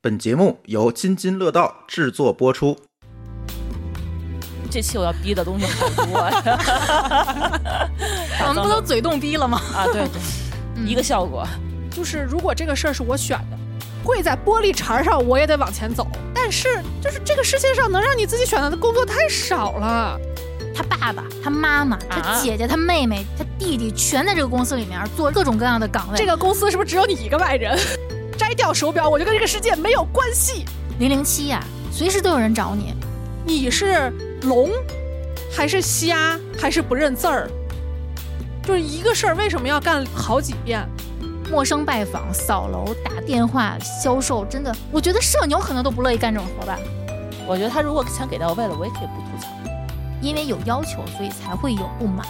本节目由津津乐道制作播出。这期我要逼的东西好多 呀我们不都嗯嘴动逼了吗？啊，对，一个效果。就是如果这个事儿是我选的，跪在玻璃碴上我也得往前走。但是就是这个世界上能让你自己选择的工作太少了。 他爸爸、他妈妈、他姐姐、他妹妹、他弟弟，全在这个公司里面做各种各样的岗位。这个公司是不是只有你一个外人？ 摘掉手表，我就跟这个世界没有关系。零零七呀，随时都有人找你。你是聋，还是瞎，还是不认字儿？就是一个事儿，为什么要干好几遍？陌生拜访、扫楼、打电话、销售，真的，我觉得社牛可能都不乐意干这种活吧。我觉得他如果钱给到位了，我也可以不吐槽。因为有要求，所以才会有不满。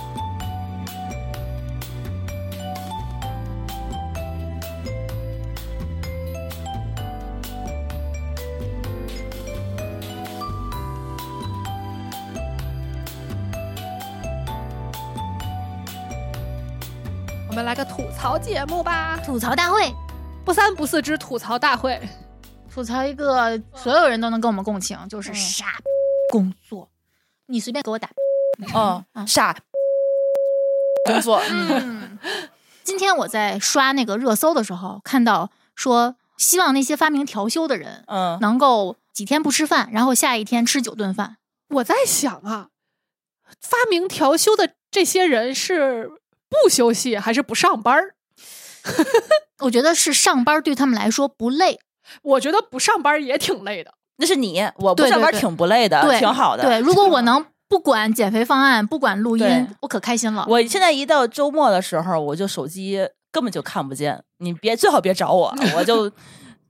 我们来个吐槽节目吧，吐槽大会，不三不四之吐槽大会。吐槽一个所有人都能跟我们共情，就是傻、工作。你随便给我打。哦嗯，傻工作。啊嗯， 今天我在刷那个热搜的时候，看到说希望那些发明调休的人嗯，能够几天不吃饭，然后下一天吃九顿饭。我在想啊，发明调休的这些人是不休息还是不上班儿？我觉得是上班对他们来说不累，我觉得不上班儿也挺累的。那是你，我不对上班对对挺不累的，对，呃挺好的。对，如果我能不管减肥方案，不管录对音，我可开心了。 我现在一到周末的时候，我就手机根本就看不见，你别最好别找我，我就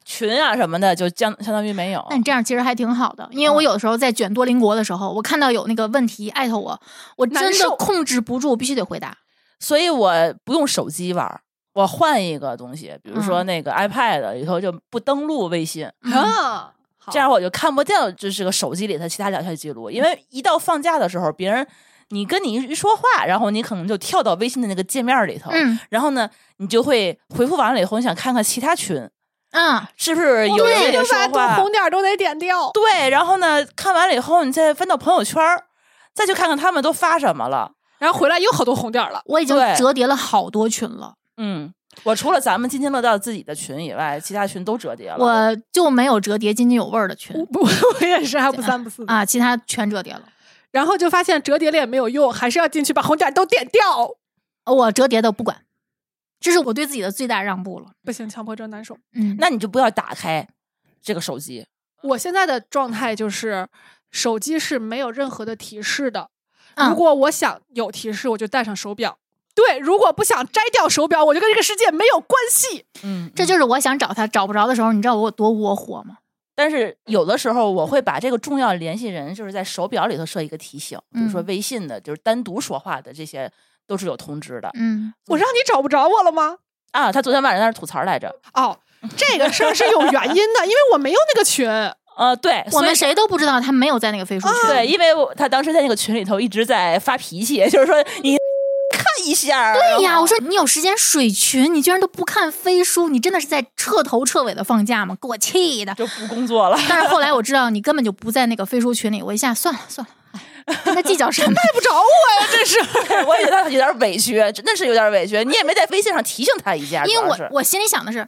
群啊什么的就相相当于没有。那你这样其实还挺好的，嗯因为我有的时候在卷多邻国的时候，我看到有那个问题艾特我，我难真的受控制不住，必须得回答。所以我不用手机玩儿，我换一个东西，比如嗯说那个 iPad 里头就不登录微信，嗯啊，好这样我就看不见就是个手机里头其他聊天记录，因为一到放假的时候，别人你跟你一说话，然后你可能就跳到微信的那个界面里头，嗯然后呢，你就会回复完了以后，你想看看其他群嗯，是不是有人跟每顿你说饭多话红，点儿都得点掉。对，然后呢，看完了以后，你再翻到朋友圈儿，再去看看他们都发什么了。然后回来又好多红点儿 了。我已经对折叠了好多群了，嗯，我除了咱们津津乐道自己的群以外，其他群都折叠了。我就没有折叠津津有哦味儿的群不，我也是，还不三不四的。啊，其他全折叠了。然后就发现折叠了也没有用，还是要进去把红点儿都点掉。呃我折叠的不管，这是我对自己的最大让步了。不行，强迫症难受。嗯，那你就不要打开这个手机。我现在的状态就是，手机是没有任何的提示的。嗯如果我想有提示，我就戴上手表。对，如果不想摘掉手表，我就跟这个世界没有关系。嗯，这就是我想找他找不着的时候，你知道我有多窝火吗？但是有的时候我会把这个重要联系人，就是在手表里头设一个提醒，比如说嗯微信的，就是单独说话的这些都是有通知的嗯，我让你找不着我了吗？啊。他昨天晚上在那儿吐槽来着， 哦，这个事儿是有原因的，因为我没有那个群。呃，对，我所以哦们谁都不知道他没有在那个飞书群。对，因为我他当时在那个群里头一直在发脾气，就是说你 看一下，对然哎呀，后我说你有时间水群，你居然都不看飞书，你真的是在彻头彻尾的放假吗？给我气的！就不工作了。但是后来我知道你根本就不在那个飞书群里，我一下算了算了，哎，跟他计较 什么？不着我呀，这是我也觉得他有点委屈，真的是有点委屈。你也没在微信上提醒他一下，因为主要是我我心里想的是，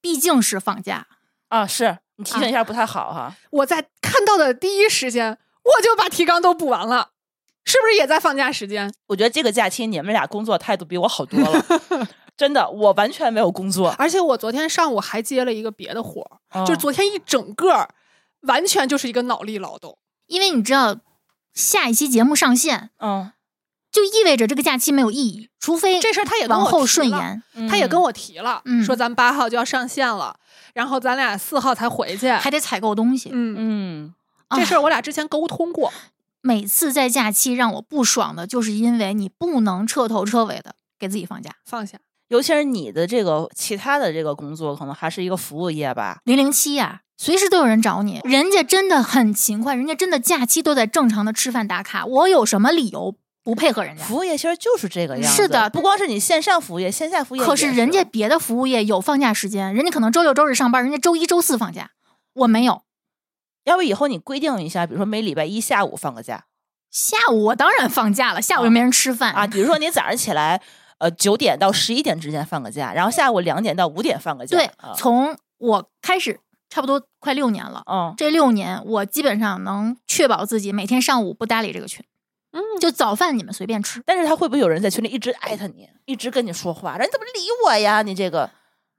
毕竟是放假，啊，是你提醒一下不太好哈。 我在看到的第一时间，我就把提纲都补完了，是不是也在放假时间？我觉得这个假期你们俩工作态度比我好多了，真的，我完全没有工作，嗯而且我昨天上午还接了一个别的活儿，哦就是昨天一整个儿完全就是一个脑力劳动。因为你知道下一期节目上线，嗯，就意味着这个假期没有意义，除非这事儿他也跟往我后提顺了延。嗯他也跟我提了，嗯说咱们八号就要上线了，然后咱俩四号才回去。还得采购东西。哎嗯，嗯，这事儿啊我俩之前沟通过，每次在假期让我不爽的，就是因为你不能彻头彻尾的给自己放假。放下。尤其是你的这个其他的这个工作，可能还是一个服务业吧。零零七呀，随时都有人找你，人家真的很勤快，人家真的假期都在正常的吃饭打卡，我有什么理由不配合人家。服务业其实就是这个样子，哎是的不光是你线上服务业，线下服务业也，可是人家别的服务业有放假时间，人家可能周六周日上班，人家周一周四放假，我没有。要不以后你规定一下，比如说每礼拜一下午放个假下午我当然放假了，下午又没人吃饭啊，比如说你早上起来，呃，九点到十一点之间放个假，然后下午两点到五点放个假，对啊，从我开始差不多快六年了，嗯，这六年我基本上能确保自己每天上午不搭理这个群，嗯，就早饭你们随便吃。但是他会不会有人在群里一直艾特你，一直跟你说话，人怎么理我呀？你这个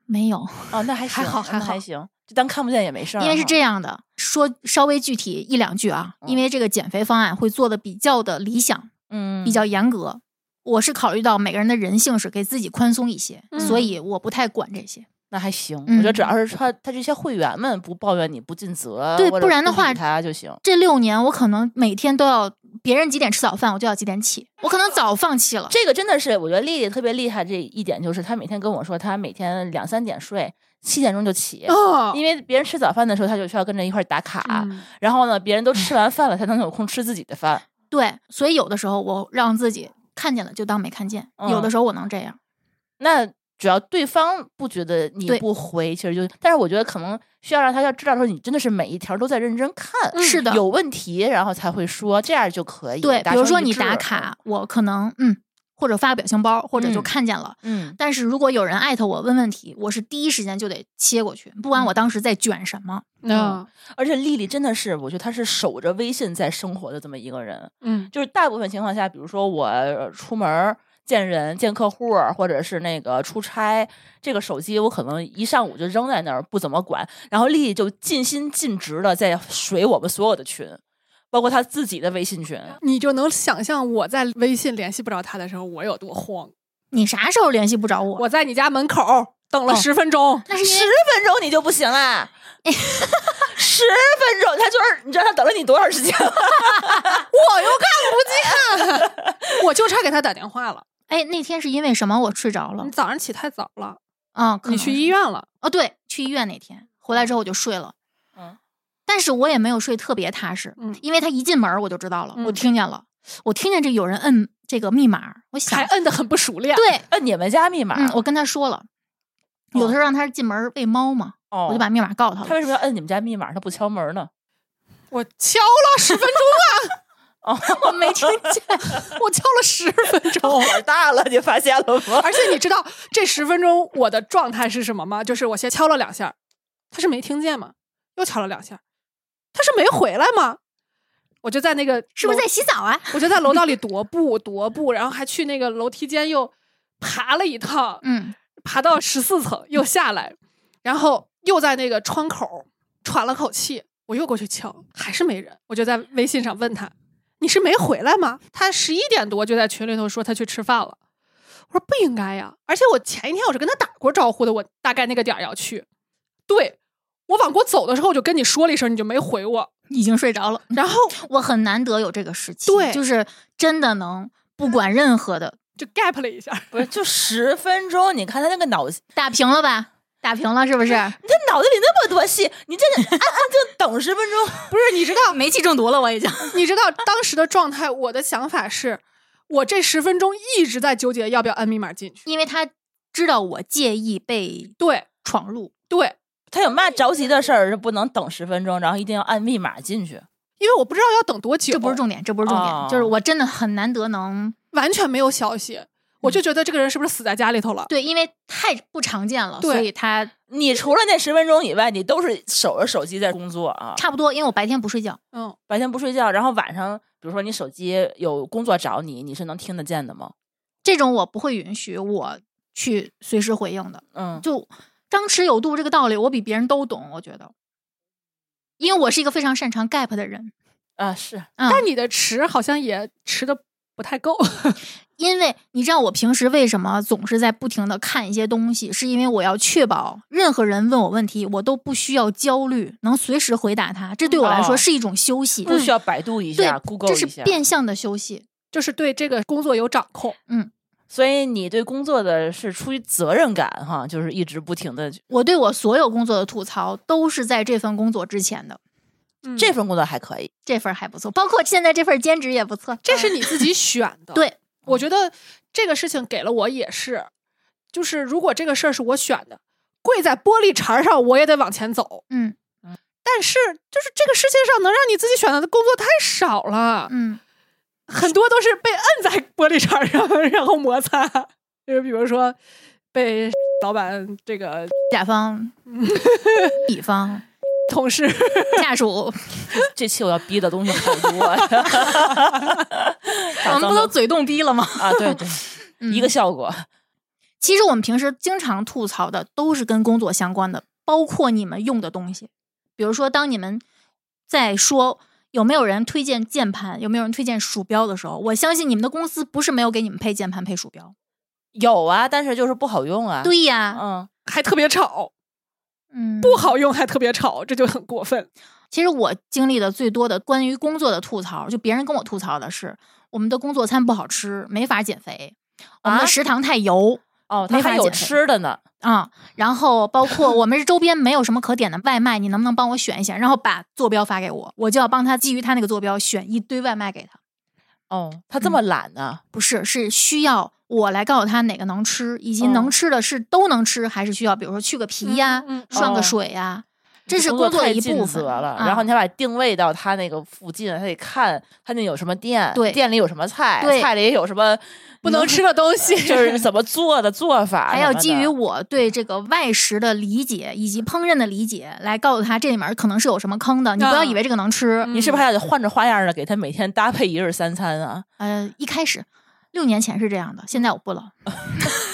没有，哦，那还还行好还那好还行，就当看不见也没事儿哈。因为是这样的，说稍微具体一两句啊，因为这个减肥方案会做的比较的理想，嗯，比较严格。我是考虑到每个人的人性是给自己宽松一些，嗯所以我不太管这些。那还行。嗯我觉得只要是他他这些会员们不抱怨你不尽责，对呃或者不然的话理他就行。这六年我可能每天都要别人几点吃早饭，我就要几点起，我可能早放弃了。这个真的是，我觉得丽丽特别厉害这一点，就是她每天跟我说，她每天两三点睡，七点钟就起，哦，因为别人吃早饭的时候，她就需要跟着一块儿打卡，嗯然后呢，别人都吃完饭了，她能有空吃自己的饭。对，所以有的时候我让自己看见了就当没看见，有的嗯时候我能这样。那只要对方不觉得你对不回，其实就，但是我觉得可能需要让他要知道说，你真的是每一条都在认真看，嗯是的，有问题然后才会说，这样就可以。对，达比如成说一你致打，卡，我可能嗯，或者发个表情包，或者就嗯看见了。嗯但是如果有人艾特我问问题，我是第一时间就得切过去，不管我当时在卷什么。嗯而且丽丽真的是，我觉得她是守着微信在生活的这么一个人，嗯就是大部分情况下，比如说我呃出门儿见人、见客户儿，或者是那个出差，这个手机我可能一上午就扔在那儿，不怎么管。然后丽丽就尽心尽职的在水我们所有的群，包括她自己的微信群。啊你就能想象我在微信联系不着他的时候，我有多慌。你啥时候联系不着我？我在你家门口等了哦十分钟， 那十是因为分钟你就不行 啦，十分钟，他就是你知道他等了你 多长时间吗？我又看不见，我就差给他打电话了。哎，那天是因为什么我睡着了你早上起太早了，啊？哦可嗯你能去是医院了，哦，对，去医院那天回来之后我就睡了，嗯，但是我也没有睡特别踏实，嗯因为他一进门我就知道了，我嗯听见了，我听见这有人摁这个密码，我想还摁得很不熟练。对，啊，你们家密码，嗯，我跟他说了，有的时候让他进门喂猫嘛，哦我就把密码告诉他他了。为什么要摁你们家密码？他不敲门呢？ 我敲了十分钟，哦，我没听见，我敲了十分钟。胆儿大了，你发现了吗？ 而且你知道这十分钟我的状态是什么吗？就是我先敲了两下，他是没听见吗？又敲了两下，他是没回来吗？我就在那个 是不是楼在洗澡啊？我就在楼道里踱步踱步，然后还去那个楼梯间又爬了一趟，嗯，爬到十四层又下来，然后又在那个窗口喘了口气，我又过去敲，还是没人。我就在微信上问他：“你是没回来吗？”他十一点多就在群里头说他去吃饭了。我说不应该呀，而且我前一天我是跟他打过招呼的，我大概那个点儿要去。对我往过走的时候，我就跟你说了一声，你就没回我。已经睡着了。然后 我很难得有这个时期，对就是真的能不管任何的，就 gap 了一下，不是，就十分钟，你看他那个脑子，打平了吧？打平了是不是？你这脑子里那么多戏，你这按按就等十分钟。 不是你知道煤气中毒了，我已经。你知道当时的状态，我的想法是，我这十分钟一直在纠结要不要按密码进去。因为他知道我介意被对闯入，对， 他有嘛着急的事儿是不能等十分钟，然后一定要按密码进去。因为我不知道要等多久，这不是重点，这不是重点，哦就是我真的很难得能完全没有消息，我就觉得这个人是不是死在家里头了？嗯对，因为太不常见了，对所以他你除了那十分钟以外，你都是守着手机在工作啊，差不多，因为我白天不睡觉，嗯，白天不睡觉，然后晚上，比如说你手机有工作找你，你是能听得见的吗？这种我不会允许我去随时回应的。嗯，就张弛有度这个道理，我比别人都懂，我觉得，因为我是一个非常擅长 gap 的人，啊是，嗯、但你的迟好像也迟的不太够， 因为你知道我平时为什么总是在不停的看一些东西，是因为我要确保任何人问我问题，我都不需要焦虑，能随时回答他。这对我来说哦是一种休息，不需要百度一对下、Google 这一是下。变相的休息。就是对这个工作有掌控。所以你对工作的是出于责任感哈，就是一直不停的我对我所有工作的吐槽都是在这份工作之前的，嗯这份工作还可以。这份儿还不错，包括现在这份儿兼职也不错。这是你自 己选的。嗯对，哎我觉得这个事情给了我也是，就是如果这个事儿是我选的，跪在玻璃碴儿上我也得往前走。嗯但是，就是这个世界上能让你自己选择的工作太少了，嗯，很多都是被摁在玻璃碴儿上，然后摩擦。 就是比如说被老板这个 甲方、乙方、同事，下属，这期我要逼的东西好多 呀，我们不都嘴动逼了吗？啊？对 对，一嗯个效果。其实我们平时经常吐槽的都是跟工作相关的，包括你们用的东西。比如说，当你们在说有没有人推荐键盘，有没有人推荐鼠标的时候，我相信你们的公司不是没有给你们配键盘、配鼠标。呃有啊，但是就是不好用啊。，对呀，嗯，还特别吵，嗯，不好用还特别吵，这就很过分。其实我经历的最多的关于工作的吐槽，就别人跟我吐槽的是，我们的工作餐不好吃，没法减肥；我们啊的食堂太油哦，他没法还有减肥吃的呢。啊、然后包括我们周边没有什么可点的外卖，你能不能帮我选一下？然后把坐标发给我，我就要帮他基于他那个坐标选一堆外卖给他。哦，他这么嗯懒呢？不是，是需要我来告诉他哪个能吃，以及能哦吃的是都能吃，还是需要比如说去个皮呀、嗯涮哦个水呀、这是工工作的太一尽部责分了，啊然后你还把定位到他那个附近，他得看他那有什么店，对店里有什么菜，对菜里有什么嗯不能吃的东西，就是怎么做的做法，还要基于我对这个外食的理解以及烹饪的理解来告诉他这里面可能是有什么坑的，你不要以为这个能吃。嗯你是不是还得换着花样的给他每天搭配一日三餐啊？ 呃，一开始六年前是这样的，现在我不了。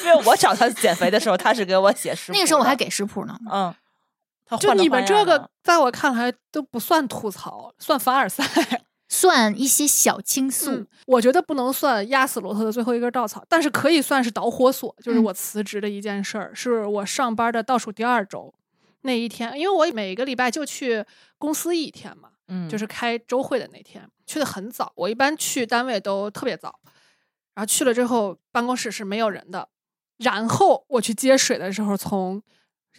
因为我找他减肥的时候，他是给我写食谱的，那个时候我还给食谱呢，嗯，他就换着你花们这样啊嗯个 呢，在我看来都不算吐槽，算凡尔赛。算一些小倾诉。嗯，我觉得不能算压死骆驼的最后一根稻草，但是可以算是导火索，就是嗯我辞职的一件事儿，是我上班的倒数第二周那一天，因为我每个礼拜就去公司一天嘛，嗯，就是开周会的那天，去的很早。我一般去单位都特别早，然后去了之后办公室是没有人的，然后我去接水的时候，从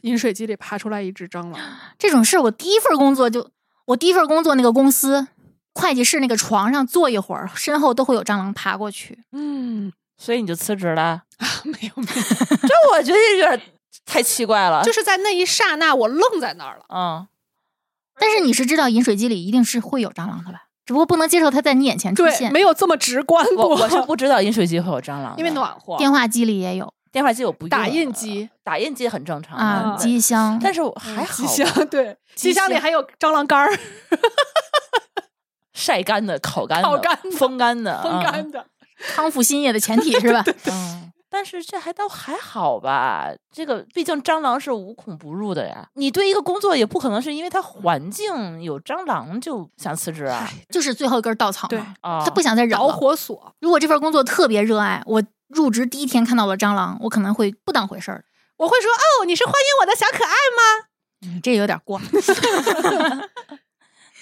饮水机里爬出来一只蟑螂。这种事儿，我第一份工作就，我第一份工作那个公司会计室那个床上坐一会儿，身后都会有蟑螂爬过去。嗯，所以你就辞职了。 没有没有。这 我觉得有点太奇怪了，就是在那一刹那，我愣在那儿了。嗯，但是你是知道饮水机里一定是会有蟑螂的吧？只不过不能接受它在你眼前出对，现。没有这么直观我过。我是不知道饮水机会有蟑螂的，因为暖和，电话机里也有电话机我不用，打印机，打印机很正常啊，的机箱。但是我还好嗯机吧箱对，机机箱里嗯箱还有蟑螂杆儿、晒干的、烤干的、烤干的风干的、 风嗯干的。康复新业的前 提是吧？嗯，但是这还倒还好吧。这个毕竟蟑螂是无孔不入的呀。你对一个工作也不可能是因为它环境有蟑螂就想辞职啊。就是最后一根稻草对嘛，啊，他不想再忍导了。火索，如果这份工作特别热爱，我入职第一天看到了蟑螂，我可能会不当回事儿，我会说哦，你是欢迎我的小可爱吗？你嗯这有点过。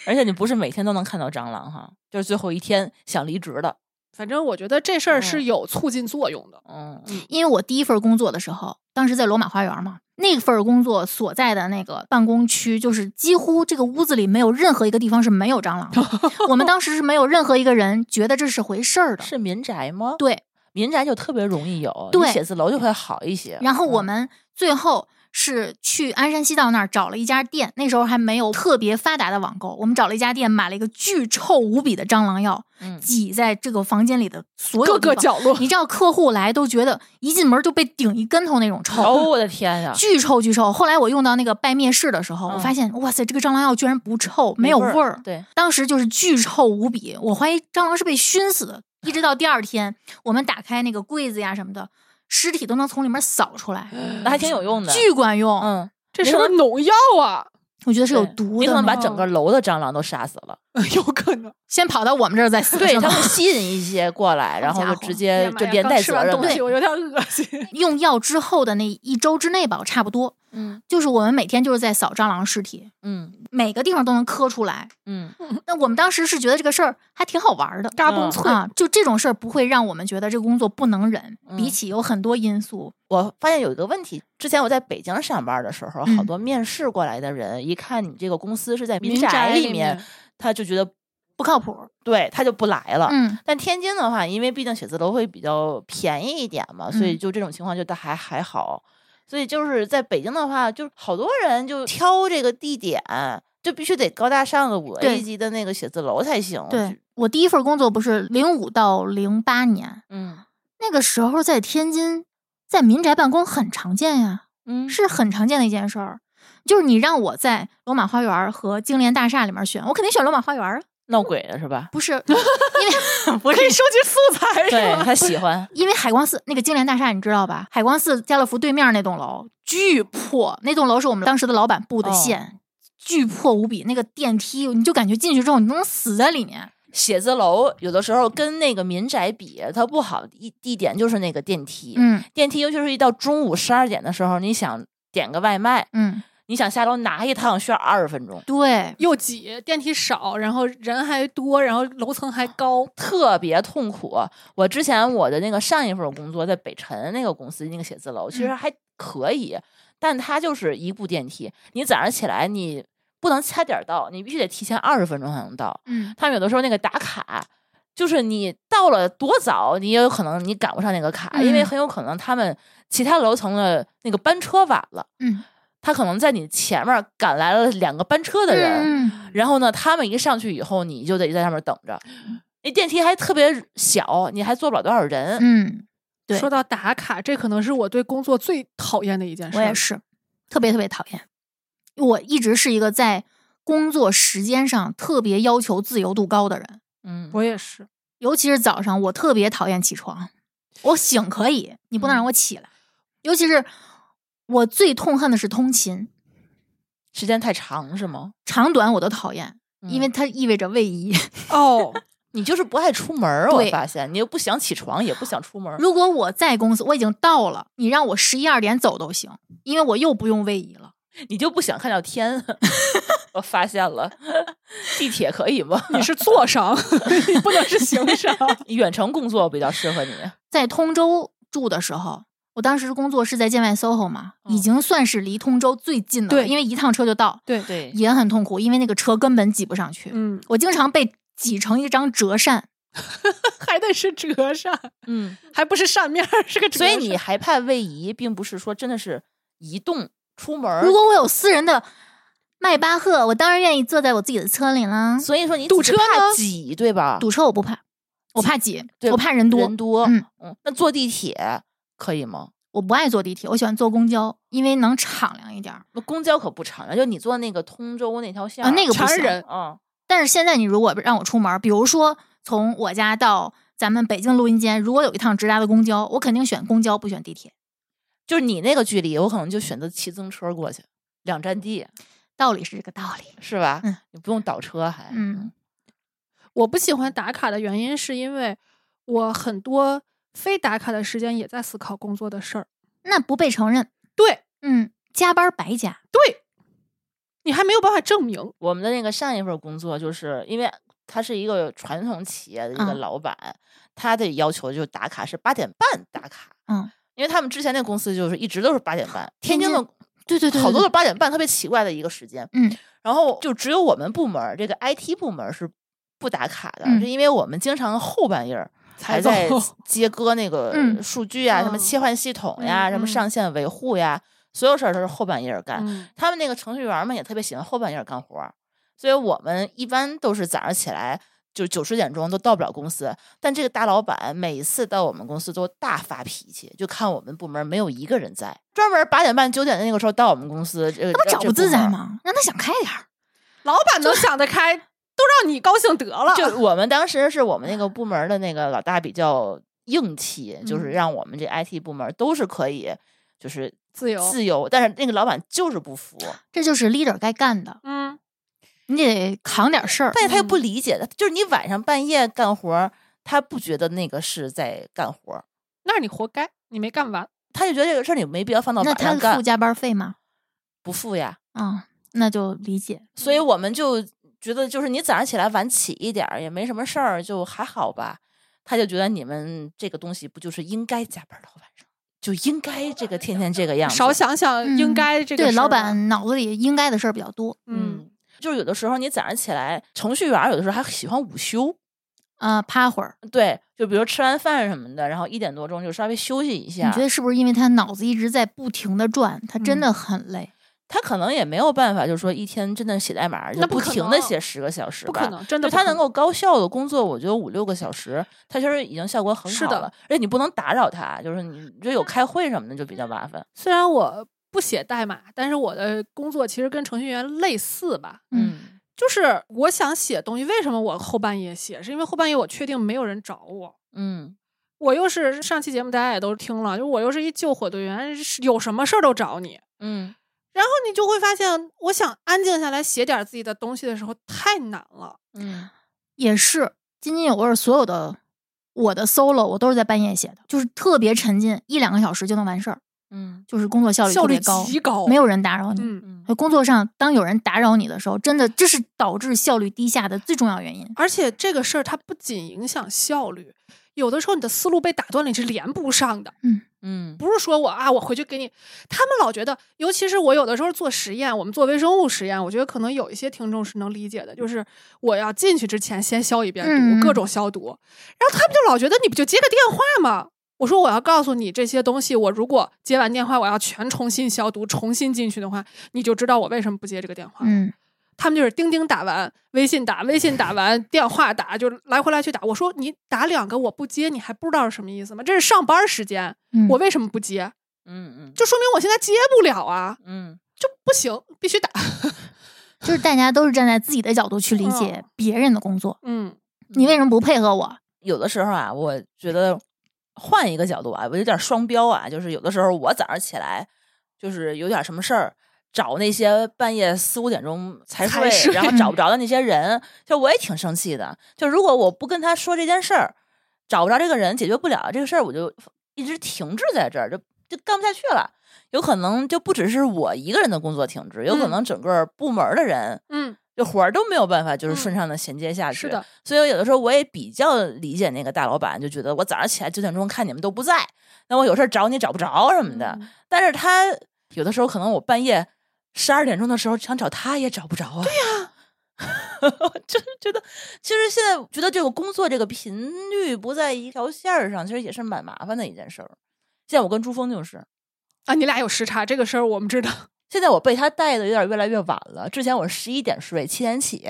而且你不是每天都能看到蟑螂哈，就是最后一天想离职的。反正我觉得这事儿嗯是有促进作用的。嗯，因为我第一份工作的时候，当时在罗马花园嘛，那份工作所在的那个办公区，就是几乎这个屋子里没有任何一个地方是没有蟑 螂的。我们当时是没有任何一个人觉得这是回事儿的。是民宅吗？对，民宅就特别容易有，对你写字楼就会好一些。然后我嗯们最后是去鞍山西道那儿找了一家店，那时候还没有特别发达的网购，我们找了一家店，买了一个巨臭无比的蟑螂药， 嗯挤在这个房间里的所有各地个方。角落，你知道客户来都觉得一进门就被顶一跟头那种 臭，哦，我的天呀！巨臭巨臭。后来我用到那个拜灭氏的时候，嗯我发现哇塞，这个蟑螂药居然不臭，没有味味儿。对，当时就是巨臭无比，我怀疑蟑螂是被熏死的。一直到第二天，我们打开那个柜子呀什么的，尸体都能从里面扫出来，那还挺有用的。 巨管用。嗯，这是不是农药啊？我觉得是有对毒你可的那种。能把整个楼的蟑螂都杀死了。 有可能。先跑到我们这儿再死，对，是它吗会吸引一些过来，然后家就伙直呃接就连带责哎呀妈呀刚吃完任东了西，。我有点恶心。用药之后的那一周之内吧，差不多嗯就是我们每天就是在扫蟑螂尸体，嗯每个地方都能磕出来。嗯那我们当时是觉得这个事儿还挺好玩儿的，嘎嘣脆啊！就这种事儿不会让我们觉得这个工作不能忍，嗯比起有很多因素，我发现有一个问题，之前我在北京上班的时候，嗯好多面试过来的人，一看你这个公司是在民宅宅里面，面他就觉得不靠谱。对，他就不来了。嗯，但天津的话，因为毕竟写字楼会比较便宜一点嘛，所以嗯就这种情况就倒还还好。所以就是在北京的话，就好多人就挑这个地点，就必须得高大上个五 A 对级的那个写字楼才行。就对，我第一份工作不是零五到零八年，嗯那个时候在天津，在民宅办公很常见呀，嗯，是很常见的一件事儿。就是你让我在罗马花园和金莲大厦里面选，我肯定选罗马花园啊，闹鬼的是吧？不是因为 不可以是收集素 材是对吧？他 喜欢，因为海光寺那个金莲大厦你知道吧？海光寺家乐福对面那栋楼巨破，那栋楼是我们当时的老板布的哦线，巨破无比。那个电梯你就感觉进去之后你都能死在里面。写字楼有的时候跟那个民宅比，它不好一地点就是那个电梯，嗯电梯尤其是一到中午十二点的时候，你想点个外卖，嗯，你想下楼拿一趟需要二十分钟，对，又挤，电梯少，然后人还多，然后楼层还高，特别痛苦。我之前我的那个上一份工作在北辰那个公司那个写字楼，其嗯实还可以，但它就是一部电梯，你早上起来你不能掐点儿到，你必须得提前二十分钟才能到。嗯他们有的时候那个打卡，就是你到了多早，你也有可能你赶不上那个卡，因为嗯很有可能他们其他楼层的那个班车晚了，嗯他可能在你前面赶来了两个班车的人，嗯然后呢，他们一上去以后，你就得在上面等着。那电梯还特别小，你还坐不了多少人。嗯，对说到打卡，这可能是我对工作最讨厌的一件事。我也，是，特别特别讨厌。我一直是一个在工作时间上特别要求自由度高的人，嗯，我也是。尤其是早上，我特别讨厌起床。我醒可以，你不能让我起来。尤其是我最痛恨的是通勤，时间太长是吗？长短我都讨厌，嗯因为它意味着位移。哦，你就是不爱出门儿，我对发现你又不想起床，也不想出门儿。 如果我在公司，我已经到了，你让我十一二点走都行，因为我又不用位移了。你就不想看到天？ 我发现了， 地铁可以吗？ 你是坐商， 你不能是行商。远程工作比较适合你。在通州住的时候，我当时工作是在建外 SOHO 嘛，嗯已经算是离通州最近的了，对因为一趟车就到，对，对，也很痛苦，因为那个车根本挤不上去。嗯，我经常被挤成一张折扇，还得是折扇，嗯，还不是扇面儿，是个折所扇。以你害怕位移，并不是说真的是移动出门儿。如果我有私人的迈巴赫，我当然愿意坐在我自己的车里啦。所以说你堵只车怕呢挤，对吧？堵车我不怕，我怕挤，对我怕人多。人多，嗯嗯，那坐地铁可以吗？我不爱坐地铁，我喜欢坐公交，因为能敞亮一点儿。那公交可不长了，就你坐那个通州那条线啊那个不长行人啊，但是现在你如果让我出门，比如说从我家到咱们北京录音间，如果有一趟直达的公交，我肯定选公交，不选地铁。就是你那个距离，我可能就选择骑自行车过去，两站地道理是这个道理。是吧？嗯你不用倒车还，嗯我不喜欢打卡的原因，是因为我很多非打卡的时间也在思考工作的事儿。那不被承认，对嗯，加班白加。对，你还没有办法证明。我们的那个上一份工作，就是因为他是一个传统企业的一个嗯老板，他的要求就打卡是八点半打卡，嗯，因为他们之前那公司就是一直都是八点半，天天津的津对对好多都对是八点半，特别奇怪的一个时间。嗯，然后就只有我们部门儿这个 IT 部门儿是不打卡的，嗯是因为我们经常后半夜儿才还在 走 接割那个嗯数据啊，什么嗯切换系统呀，嗯什么嗯上线维护呀，所有事儿都是后半夜儿干。嗯，他们那个程序员儿们也特别喜欢后半夜儿干活儿，所以我们一般都是早上起来就九十点钟都到不了公司。但这个大老板每一次到我们公司都大发脾气，就看我们部门没有一个人在，专门八点半九点的那个时候到我们公司，这个那不这找这不自部门在儿？吗？让他想开点儿。老板能想得开，都让你高兴得了。就我们当时是我们那个部门儿的那个老大比较硬气，就是嗯让我们这 IT 部门儿都是可以，就是自由自由，但是那个老板就是不服，这就是 leader 该干的，嗯，你得扛点事儿。但是他又不嗯理解的，就是你晚上半夜干活儿，他不觉得那个是在干活儿，那是你活该，你没干完。哦他就觉得这个事儿你没必要放到那晚他上干付。加班费吗？不付呀。嗯，那就理解。所以我们就觉得，就是你早上起来晚起一点儿也没什么事儿，就还好吧。他就觉得你们这个东西不就是应该加班到晚上，就应该这个天天这个样子。少想想嗯应该这个对事儿老板嗯脑子里应该的事儿比较多嗯，嗯，就是有的时候你早上起来，程序员儿有的时候还喜欢午休。啊、呃趴会儿。对，就比如吃完饭什么的，然后一点多钟就稍微休息一下。你觉得是不是因为他脑子一直在不停的转，他真嗯的很累？嗯他可能也没有办法，就是说一天真的写代码，就那不不可停的能写十个小时吧，不可能，真的就不他可能够高效的工作，我觉得五六个小时，他其实已经效果很是好的了。而且你不能打扰他，就是你这有开会什么的就比较麻烦。虽然我不写代码，但是我的工作其实跟程序员类似吧。嗯就是我想写东西，为什么我后半夜写？是因为后半夜我确定没有人找我，嗯我又是上期节目大家也都听了，就我又是一救火队员，是有什么事儿都找你。嗯，然后你就会发现，我想安静下来写点自己的东西的时候太难了。嗯也是，津津有味儿。所有的我的 solo 我都是在半夜写的，就是特别沉浸，一两个小时就能完事儿，嗯就是工作效率效特率别高，极高没有人打扰你。嗯，嗯工作上，当有人打扰你的时候，真的这是导致效率低下的最重要原因。而且这个事儿它不仅影响效率，有的时候你的思路被打断了，你是连不上的。嗯不是说我啊，我回去给你。他们老觉得，尤其是我有的时候做实验，我们做微生物实验，我觉得可能有一些听众是能理解的，就是我要进去之前先消一遍毒，嗯各种消毒。然后他们就老觉得你不就接个电话吗？我说我要告诉你这些东西，我如果接完电话，我要全重新消毒，重新进去的话，你就知道我为什么不接这个电话。嗯，他们就是钉钉打完，微信打，微信打完，电话打，就来回来去打。我说你打两个我不接，你还不知道是什么意思吗？这是上班时间，嗯我为什么不接？嗯嗯就说明我现在接不了啊，嗯就不行，必须打。就是大家都是站在自己的角度去理解别人的工作。嗯你为什么不配合我？有的时候啊，我觉得换一个角度啊，我有点双标啊，就是有的时候我早上起来就是有点什么事儿。找那些半夜四五点钟才才睡，睡然后找不着的那些人，就我也挺生气的。就如果我不跟他说这件事儿，找不着这个人，解决不了这个事儿，我就一直停滞在这儿，就就干不下去了。有可能就不只是我一个人的工作停滞，有可嗯能整个部门儿的人嗯，就活儿都没有办法，就是嗯顺畅的衔接下去。是的，所以有的时候我也比较理解那个大老板，就觉得我早上起来九点钟看你们都不在，那我有事儿找你找不着什么的。嗯但是他有的时候可能我半夜十二点钟的时候想找他也找不着啊。对呀、 就是觉得，其实现在觉得这个工作这个频率不在一条线儿上，其实也是蛮麻烦的一件事儿。现在我跟朱峰就是，啊，你俩有时差这个事儿我们知道。现在我被他带的有点越来越晚了。之前我十一点睡，七点起，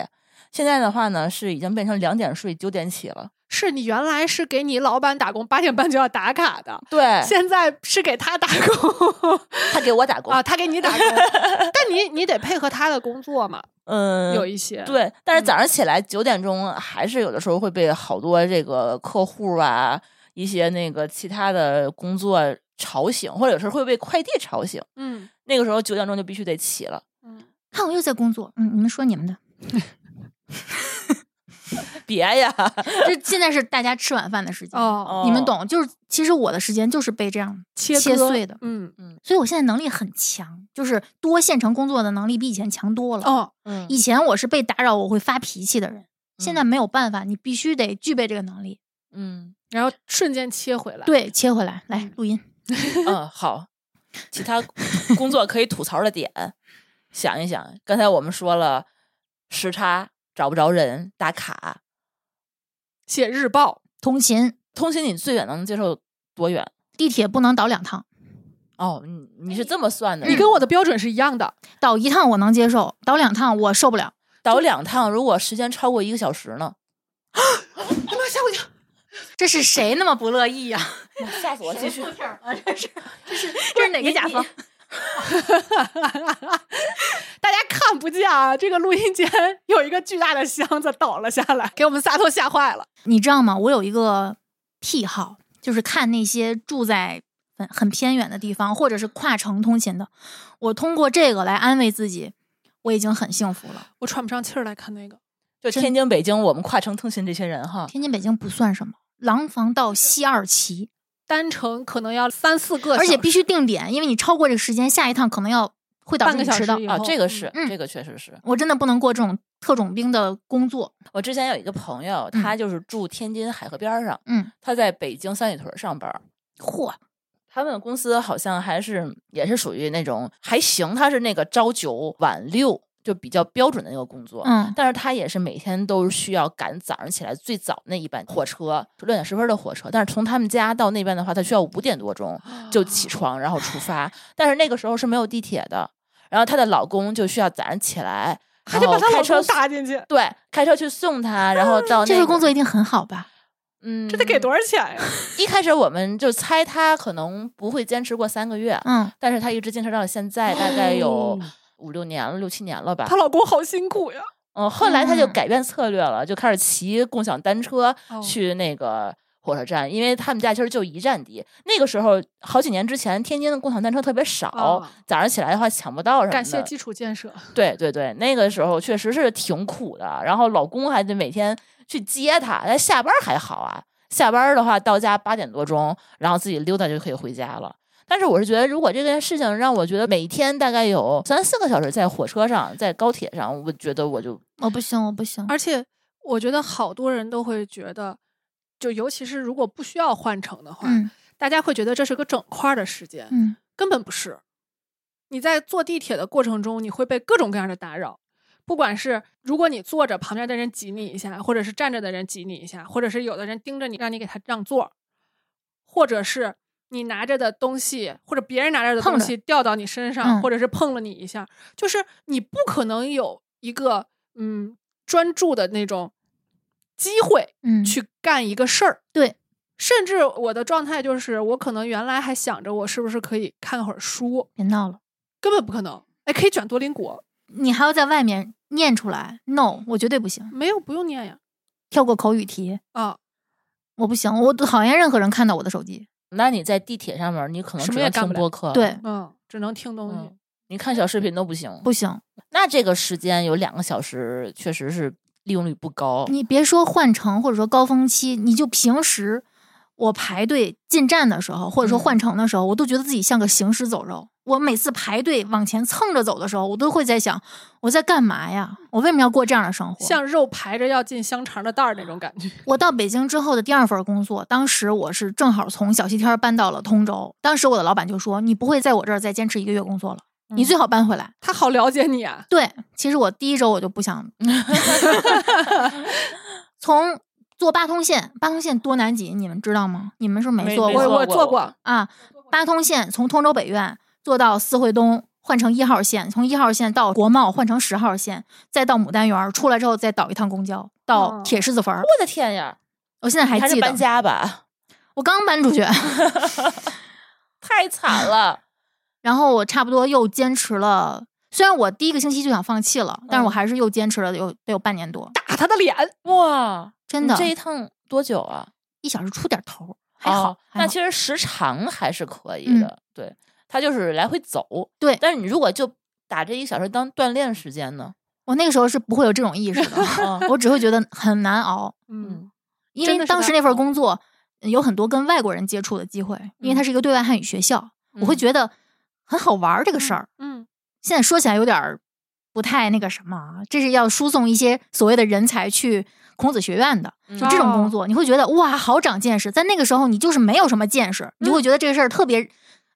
现在的话呢是已经变成两点睡，九点起了。是你原来是给你老板打工，八点半就要打卡的，对现在是给他打工他给我打工啊，，他给你打工，但你你得配合他的工作嘛，嗯，有一些对，但是嗯早上起来九点钟还是有的时候会被好多这个客户啊，一些那个其他的工作吵醒，或者是会被快递吵醒。嗯那个时候九点钟就必须得起了，嗯，看我又在工作。嗯，你们说你们的。 别呀，这现在是大家吃晚饭的时间，哦，你们懂？就是其实我的时间就是被这样切切割碎的，嗯所以我现在能力很强，就是多线程工作的能力比以前强多了。哦，嗯以前我是被打扰我会发脾气的人，现在嗯没有办法，你必须得具备这个能力。嗯然后瞬间切回来，，对，切回来，来录音。嗯，好，其他工作可以吐槽的点，想一想，刚才我们说了时差找不着人打卡，写日报，通勤通勤你最远能接受多远？地铁不能倒两趟，哦，你你是这么算的？你跟我的标准是一样的，倒一趟我能接受，倒两趟我受不了。倒两趟，如果时间超过一个小时呢？他妈吓我一跳，这是谁那么不乐意呀、 吓死我！继续，这是哪个甲方？ 大家看不见啊，这个录音间有一个巨大的箱子倒了下来， 给我们仨都吓坏了。你知道吗？我有一个癖好，就是看那些住在很很偏远的地方，或者是跨城通勤的。我通过这个来安慰自己，我已经很幸福了。我喘不上气儿来看那个，就天津、北京，我们跨城通勤这些人哈，天津、北京不算什么，廊坊到西二旗，单程可能要三四个，而且必须定点，因为你超过这个时间，下一趟可能要会导半致个你小时迟到。以啊，后这个是、嗯这个确实是我真的不能过这种特种兵的工作。我之前有一个朋友，嗯他就是住天津海河边儿上，嗯，他在北京三里屯儿上班儿，嚯，他们公司好像还是也是属于那种还行，他是那个朝九晚六，就比较标准的那个工作。嗯但是他也是每天都需要赶早上起来最早那一班火车，六点十分的火车。但是从他们家到那边的话，他需要五点多钟就起啊床，然后出发。但是那个时候是没有地铁的，然后她的老公就需要早上起来，还然得把后她开老车公送搭进去，对，开车去送她，然后 到那这个份工作一定很好吧？嗯，这得给多少钱 呀？一开始我们就猜他可能不会坚持过三个月，嗯，但是他一直坚持到了现在，大概有哦五六年了，六七年了吧她。老公好辛苦呀，嗯，后来他就嗯改变策略了，就开始骑共享单车哦去那个火车站，因为他们家其实就一站地。那个时候好几年之前，天津的共享单车特别少，哦早上起来的话抢不到什么的。 感谢基础建设。对对对，那个时候确实是挺苦的，然后老公还得每天去接她，她下班儿还好啊，下班儿的话到家八点多钟，然后自己溜达就可以回家了。但是我是觉得，如果这件事情让我觉得每天大概有三四个小时在火车上、在高铁上，我觉得我就我不行，我不行。而且我觉得好多人都会觉得，就尤其是如果不需要换乘的话，嗯大家会觉得这是个整块儿的时间，嗯，根本不是。你在坐地铁的过程中，你会被各种各样的打扰，不管是如果你坐着，旁边的人挤你一下，或者是站着的人挤你一下，或者是有的人盯着你，让你给他让座，或者是你拿着的东西，或者别人拿着的碰东着西掉到你身上，嗯或者是碰了你一下，就是你不可能有一个嗯专注的那种机会嗯，去干一个事儿。对，甚至我的状态就是，我可能原来还想着我是不是可以看会儿书，别闹了，根本不可能。哎，可以卷多邻国，你还要在外面念出来？No，我绝对不行。没有不用念呀。跳过口语题，啊，我不行，我讨厌任何人看到我的手机。那你在地铁上面，你可能什只么能也干听不了播客，，对，嗯，只能听东西。嗯，你看小视频都不行。不行，那这个时间有两个小时，确实是利用率不高。你别说换乘或者说高峰期，你就平时我排队进站的时候，或者嗯说换乘的时候，我都觉得自己像个行尸走肉。我每次排队往前蹭着走的时候，我都会在想，我在干嘛呀？我为什么要过这样的生活？像肉排着要进香肠的袋儿那种感觉。我到北京之后的第二份工作，当时我是正好从小西天搬到了通州，当时我的老板就说：“你不会在我这儿再坚持一个月工作了，嗯你最好搬回来。他好了解你啊，对，其实我第一周我就不想， 从坐八通线，八通线多难挤，你们知道吗？你们是不是没坐没过坐我我做过，啊？八通线从通州北苑坐到四惠东，换乘一号线，从一号线到国贸换乘十号线，再到牡丹园儿，出来之后再倒一趟公交到哦铁狮子坟儿。我的天呀，我现在还还记是得，搬家吧， 我刚搬出去。太惨 了。然后我差不多又坚持了，虽然我第一个星期就想放弃了，但是我嗯还是又坚持了有得有半年多，打他的脸。哇，真你的，这一趟多久啊？一小时出点头儿，还好。哦还那好其实时长还是可以嗯的，对，它就是来回走。对但是你如果就打这一小时当锻炼时间呢？我那个时候是不会有这种意识的，啊我只会觉得很难熬，嗯嗯，因真为的是当在时那份熬工作有很多跟外国人接触的机会，因为它是一个对外汉语学校，我会嗯觉得很好玩儿这个事儿。嗯，现在说起来有点儿不太那个什么啊，这是要输送一些所谓的人才去孔子学院的，嗯就这种工哦作，你会觉得哇，好长见识。在那个时候，你就是没有什么见识，你嗯会觉得这个事儿特别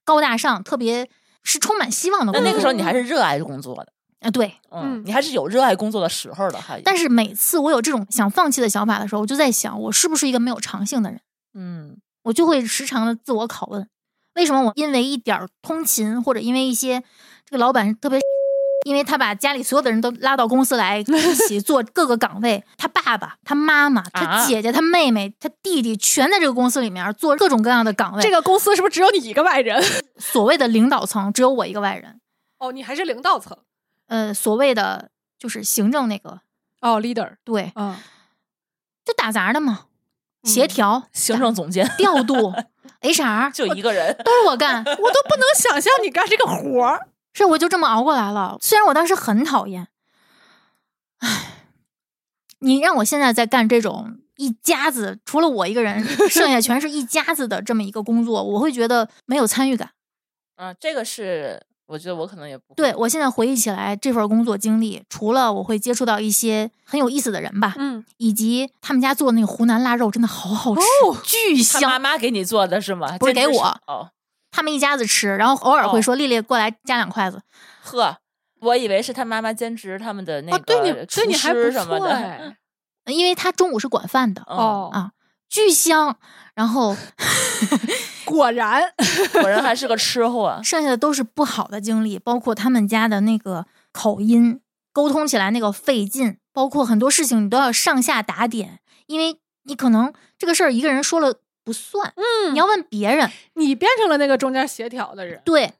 高大上，特别是充满希望那的工作。那个时候你还是热爱工作的，啊，对。嗯，嗯你还是有热爱工作的时候的，还但是每次我有这种想放弃的想法的时候，我就在想，我是不是一个没有长性的人？嗯我就会时常的自我拷问：为什么我因为一点儿通勤，或者因为一些这个老板特别，因为他把家里所有的人都拉到公 司来一起做各个岗位，他爸爸、他妈妈、他啊姐姐、他妹妹、他弟弟全在这个公司里面做各种各样的岗位。这个公司是不是只有你一个外人？所谓的领导层只有我一个外人，哦，你还是领导层。呃，所谓的就是行政那个，哦，leader，对，嗯，就打杂的嘛，协嗯调、行政总监调度、HR 就一个人，都是我干，我都不能想象你干这个活儿。是我就这么熬过来了。虽然我当时很讨厌，唉，你让我现在在干这种一家子，除了我一个人，剩下全是一家子的这么一个工作，我会觉得没有参与感。嗯啊，这个是我觉得我可能也不会对我现在回忆起来这份工作经历，除了我会接触到一些很有意思的人吧，嗯，以及他们家做的那个湖南腊肉真的好好吃，巨哦他香。妈妈给你做的是吗？不是简直给我哦，他们一家子吃，然后偶尔哦会说：“丽丽过来加两筷子。呵，我以为是他妈妈兼职他们的那哦，对个你厨对你还不师什么错的。哎，”呃因为他中午是管饭的，嗯，哦，巨香。然后。果然，果然还是个吃货剩下的都是不好的经历，包括他们家的那个口音，沟通起来那个费劲，包括很多事情你都要上下打点，因为你可能这个事儿一个人说了不算，嗯你要问别人。你变成了那个中间协调的 人，对，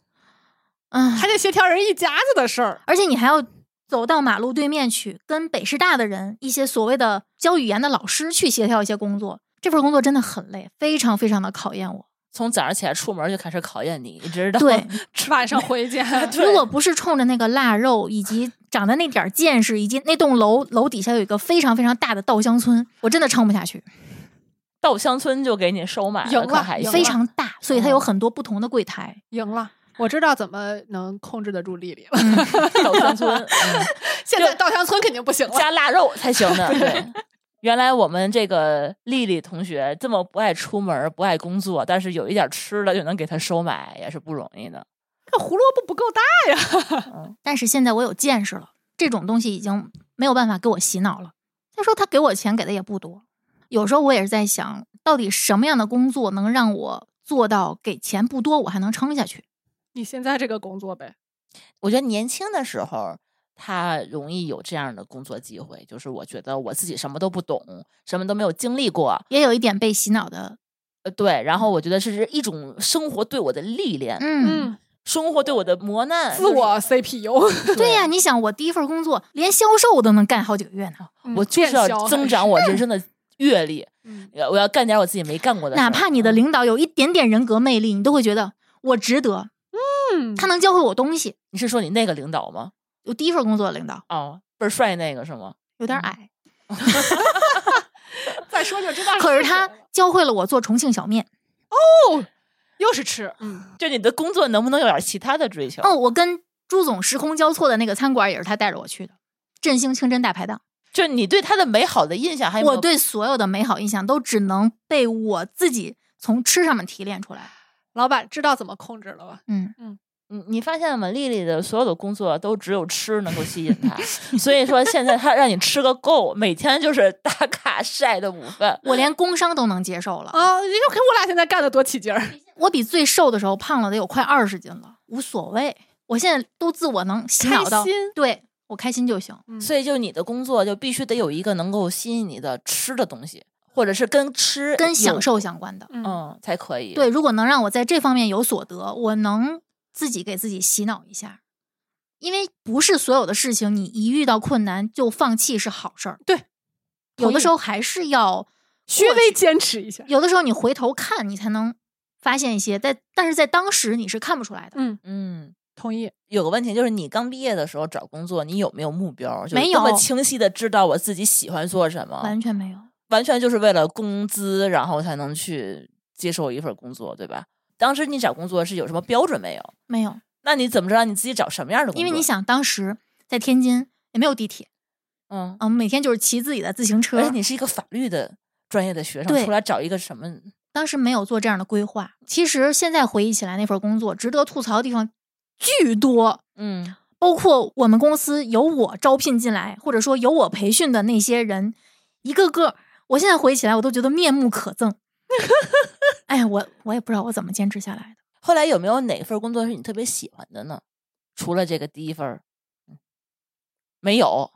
嗯，还得协调人一家子的事儿。而且你还要走到马路对面去，跟北师大的人、一些所谓的教语言的老师去协调一些工作。这份工作真的很累，非常非常的考验我。从早上起来出门就开始考验你，一直到对，晚上回家， 如果不是冲着那个腊肉，以及长的那点儿见识，以及那栋楼楼底下有一个非常非常大的稻香村，我真的撑不下去。稻香村就给你收买赢可了还赢行啊非常大，所以它有很多不同的柜台。赢了。我知道怎么能控制得住丽丽了。 稻啊香村、嗯现在稻香村肯定不行了。加腊肉才行 呢。对，原来我们这个丽丽同学这么不爱出门、不爱工作，但是有一点吃的就能给她收买，也是不容易的。这胡萝卜不够大呀！但是现在我有见识了，这种东西已经没有办法给我洗脑了。再说他给我钱给的也不多，有时候我也是在想，到底什么样的工作能让我做到给钱不多，我还能撑下去？你现在这个工作呗，我觉得年轻的时候。她容易有这样的工作机会，就是我觉得我自己什么都不懂，什么都没有经历过，也有一点被洗脑的，呃，对，然后我觉得是一种生活对我的历练，嗯，，生活对我的磨难，嗯自就是我 CPU，对呀、你想，我第一份工作连销售我都能干好几个月呢，我就是要嗯电销增长我人生的阅历，嗯呃我要干点我自己没干过的事儿，嗯哪怕你的领导有一点点人格魅力，你都会觉得我值得，嗯他能教会我东西。你是说你那个领导吗？我第一份工作的领导哦，倍儿帅那个是吗？有点矮，再说就 知道。可是他教会了我做重庆小面。又是吃，嗯，就你的工作能不能有点其他的追求？哦，我跟朱总时空交错的那个餐馆也是他带着我去的，振兴清真大排档。就你对他的美好的印象哎还有没有我对所有的美好印象都只能被我自己从吃上面提炼出来。老板知道怎么控制了吧？嗯，你你发现了吗？丽丽的所有的工作都只有吃能够吸引她，所以说现在她让你吃个够，每天就是打卡晒的午饭。我连工伤都能接受了，啊，你就看我俩现在干的多起劲儿，我比最瘦的时候胖了得有快二十斤了，无所谓。我现在都自我能洗脑到开心，对我开心就行。所以就你的工作就必须得有一个能够吸引你的吃的东西，或者是跟吃跟有享受相关的， 嗯，嗯才可以。对，如果能让我在这方面有所得，我能自己给自己洗脑一下，因为不是所有的事情你一遇到困难就放弃是好事儿。对，有同的意时候还是要，稍微坚持一下，有的时候你回头看，你才能发现一些，但但是在当时你是看不出来的。嗯，嗯，同意，有个问题就是你刚毕业的时候找工作，你有没有目标？就没这么有清晰的知道我自己喜欢做什么，完全没有，完全就是为了工资，然后才能去接受一份工作，对吧？当时你找工作是有什么标准没有？没有，那你怎么知道你自己找什么样的工作？因为你，想，当时在天津也没有地铁，嗯，嗯，每天就是骑自己的自行车而哎且，你是一个法律的专业的学生，对出来找一个什么？当时没有做这样的规划。其实现在回忆起来，那份工作值得吐槽的地方巨多，嗯，包括我们公司由我招聘进来，或者说由我培训的那些人，一个个，我现在回忆起来，我都觉得面目可憎。哎呀，我我也不知道我怎么坚持下来的。后来有没有哪份工作是你特别喜欢的呢？除了这个第一份儿，嗯没有，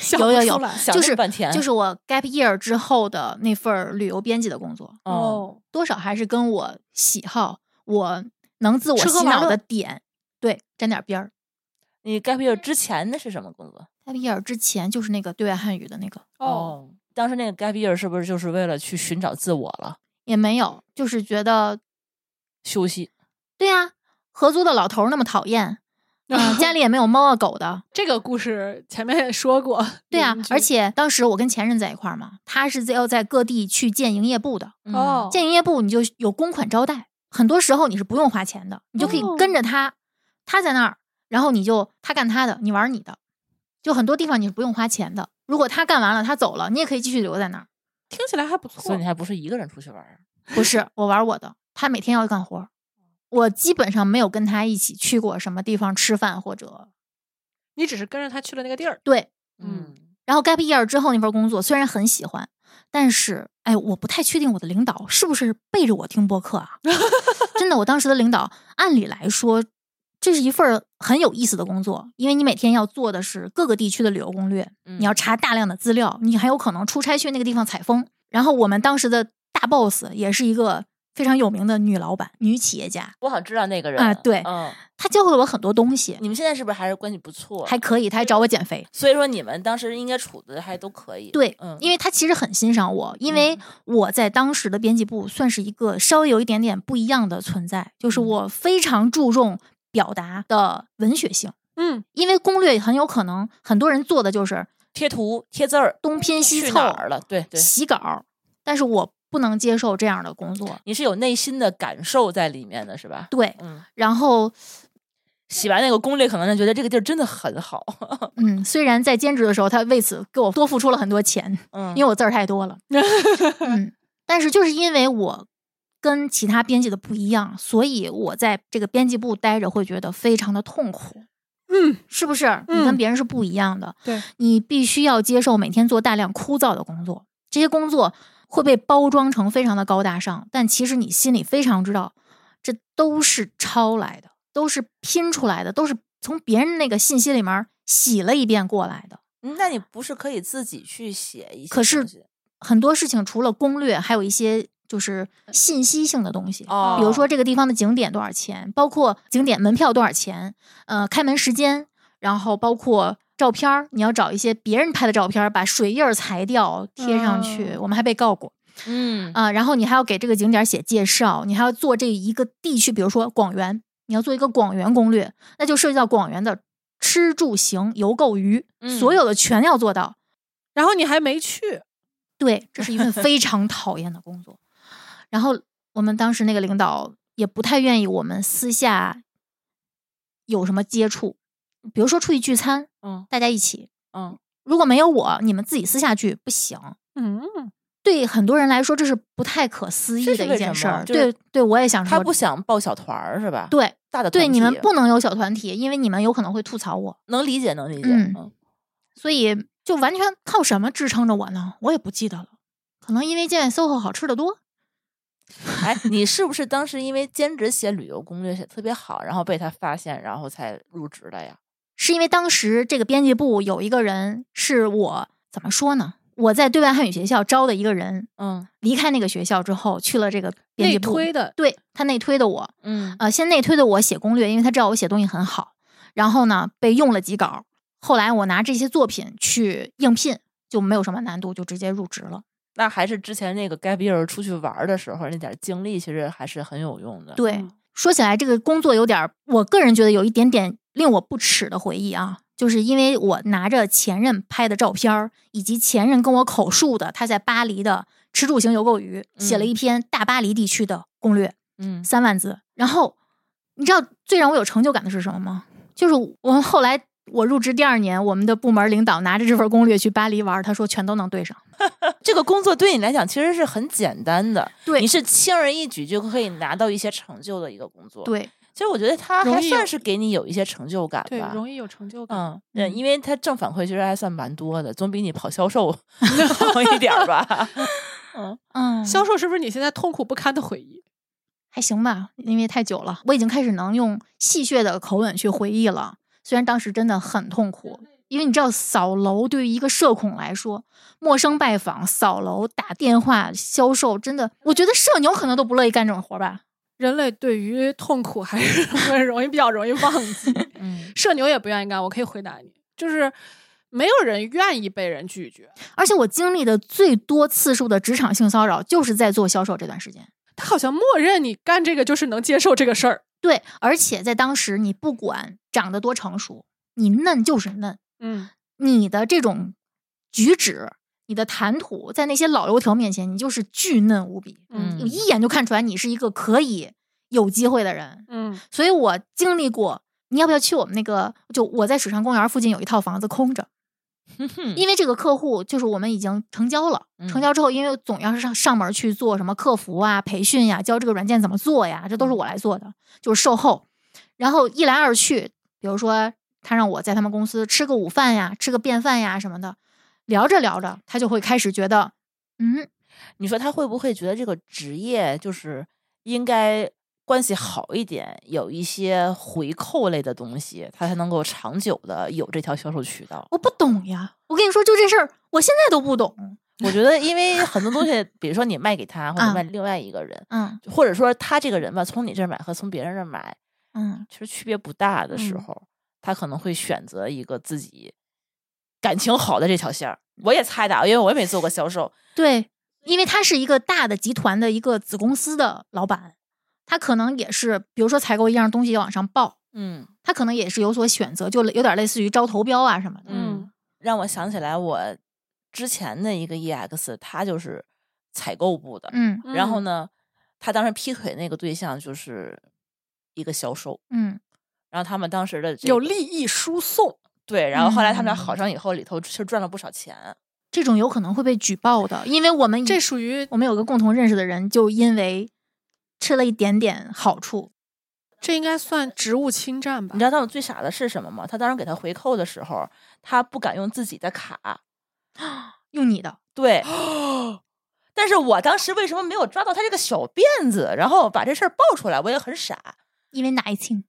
想有不有出有来想就是了半天，就是我 gap year 之后的那份儿旅游编辑的工作，哦，哦，多少还是跟我喜好，我能自我吃喝洗玩脑乐的点，对，沾点边儿。你 gap year 之前那是什么工作？ gap year 之前就是那个对外汉语的那个，哦，，当时那个 gap year 是不是就是为了去寻找自我了？也没有，就是觉得休息，对呀、合租的老头儿那么讨 厌，嗯，家里也没有猫啊狗的，这个故事前面也说过，嗯对啊邻，居而且当时我跟前任在一块儿嘛，他是在要在各地去建营业部的，嗯哦，建营业部你就有公款招待，很多时候你是不用花钱的，你就可以哦跟着他他在那儿，然后你就他干他的，你玩你的，就很多地方你是不用花钱的。如果他干完了，他走了，你也可以继续留在那儿。听起来还不错。所以你还不是一个人出去玩儿，不是我玩我的，他每天要干活儿，我基本上没有跟他一起去过什么地方吃饭或者你只是跟着他去了那个地儿，对。嗯然后该毕业了之后那份工作虽然很喜欢，但是哎，我不太确定我的领导是不是背着我听播客啊？真的，我当时的领导按理来说，这是一份儿很有意思的工作，因为你每天要做的是各个地区的旅游攻略，嗯你要查大量的资料，你还有可能出差去那个地方采风。然后我们当时的大 boss 也是一个非常有名的女老板、女企业家，我好像知道那个人啊对嗯，她教会了我很多东西，你们现在是不是还是关系不错？还可以，她还找我减肥。所以说你们当时应该处的还都可以，对，嗯，因为他其实很欣赏我，因为嗯我在当时的编辑部算是一个稍微有一点点不一样的存在，就是嗯我非常注重表达的文学性，嗯，因为攻略很有可能很多人做的就是贴图贴字儿，东拼西去凑哪儿了？对对，洗稿，但是我不能接受这样的工作。你是有内心的感受在里面的是吧？对，嗯，然后洗完那个攻略，可能就觉得这个地儿真的很好， 嗯，虽然在兼职的时候，他为此给我多付出了很多钱，嗯，因为我字儿太多 了。嗯，但是就是因为我跟其他编辑的不一样，所以我在这个编辑部待着会觉得非常的痛苦，嗯，是不是？你跟嗯别人是不一样的，对，你必须要接受每天做大量枯燥的工作，这些工作会被包装成非常的高大上，但其实你心里非常知道，这都是抄来的，都是拼出来的，都是从别人那个信息里面洗了一遍过来的。嗯那你不是可以自己去写一些东西？可是很多事情除了攻略，还有一些就是信息性的东西，嗯哦，比如说这个地方的景点多少钱，包括景点门票多少钱，呃，开门时间，然后包括照片儿，你要找一些别人拍的照片儿，把水印儿裁掉贴上去。我们还被告过嗯啊、然后你还要给这个景点儿写介绍，你还要做这一个地区，比如说广元，你要做一个广元攻略，那就涉及到广元的吃住行游购娱，嗯所有的全要做到。然后你还没去，对，这是一 份非常讨厌的工作。然后我们当时那个领导也不太愿意我们私下有什么接触，比如说出去聚餐，嗯大家一起，嗯，如果没有我，你们自己私下聚不行。嗯，对很多人来说，这是不太可思议这是的为一件什事么儿。就是对对，我也想说，他不想报小团儿是吧？，对大的对，团你们体不能有小团体，因为你们有可能会吐槽我，能理解，能理解，嗯所以就完全靠什么支撑着我呢？我也不记得了，可能因为现在 SOHO 好吃的多，哎，你是不是当时因为兼职写旅游攻略写得特别好，然后被他发现，然后才入职的呀？是因为当时这个编辑部有一个人是我怎么说呢？我在对外汉语学校招的一个人，嗯离开那个学校之后去了这个编内辑部，推的，对他内推的我，嗯呃，先内推的我写攻略，因为他知道我写东西很好，然后呢被用了几稿，后来我拿这些作品去应聘，就没有什么难度，就直接入职了。那还是之前那个 gap year 出去玩儿的时候那点儿经历，其实还是很有用的。对，嗯说起来这个工作有点儿，我个人觉得有一点点令我不齿的回忆啊，就是因为我拿着前任拍的照片儿，以及前任跟我口述的他在巴黎的吃住行游购娱，写了嗯一篇大巴黎地区的攻略，嗯，三万字。然后你知道最让我有成就感的是什么吗？就是我们后来我入职第二年，我们的部门领导拿着这份攻略去巴黎玩儿，他说全都能对上。这个工作对你来讲其实是很简单的，对你是轻而易举就可以拿到一些成就的一个工作。，对，其实我觉得他容还易有算是给你有一些成就感对，吧。容易有成就感。嗯，对，嗯因为他正反馈其实还算蛮多的，总比你跑销售 好一点儿 吧。嗯，销售是不是你现在痛苦不堪的回忆？还行吧，因为太久了，我已经开始能用戏谑的口吻去回忆了。虽然当时真的很痛苦，因为你知道扫楼对于一个社恐来说，陌生拜访、扫楼、打电话、销售，真的，我觉得社牛可能都不乐意干这种活儿吧。人类对于痛苦还是会容易比较容易忘记。嗯，社牛也不愿意干，我可以回答你，就是没有人愿意被人拒绝。而且我经历的最多次数的职场性骚扰，就是在做销售这段时间。他好像默认你干这个就是能接受这个事儿。对，而且在当时，你不管长得多成熟，你嫩就是嫩，嗯，你的这种举止、你的谈吐，在那些老油条面前，你就是巨嫩无比，嗯一眼就看出来你是一个可以有机会的人。嗯所以我经历过你要不要去我们那个？就我在水上公园附近有一套房子空着，因为这个客户就是我们已经成交了，嗯成交之后，因为总要上上门去做什么客服啊、培训呀、教这个软件怎么做呀，这都是我来做的，就是售后。然后一来二去，比如说他让我在他们公司吃个午饭呀、吃个便饭呀什么的，聊着聊着，他就会开始觉得，嗯，你说他会不会觉得这个职业就是应该关系好一点，有一些回扣类的东西，他才能够长久的有这条销售渠道？我不懂呀。我跟你说，就这事儿，我现在都不懂。我觉得，因为很多东西，比如说你卖给他，或者啊卖另外一个人，嗯或者说他这个人吧，从你这儿买和从别人这儿买，嗯，其实区别不大的时嗯候，他可能会选择一个自己感情好的这条线儿。我也猜的啊，因为我也没做过销售，对，因为他是一个大的集团的一个子公司的老板，他可能也是，比如说采购一样东西往上报，嗯他可能也是有所选择，就有点类似于招投标啊什么的。嗯，让我想起来我之前的一个 EX，他就是采购部的，嗯然后嗯呢，他当时劈腿那个对象就是一个销售，嗯然后他们当时的、这有个利益输送，对，然后后来他们俩好嗯上以后，里头其实赚了不少钱，这种有可能会被举报的，因为我们这属于嗯我们有个共同认识的人，就因为吃了一点点好处，这应该算职务侵占吧你知？道他们最傻的是什么吗？他当时给他回扣的时候，他不敢用自己的卡，用你的，对。哦但是我当时为什么没有抓到他这个小辫子，然后把这事儿爆出来？我也很傻，因为哪一清，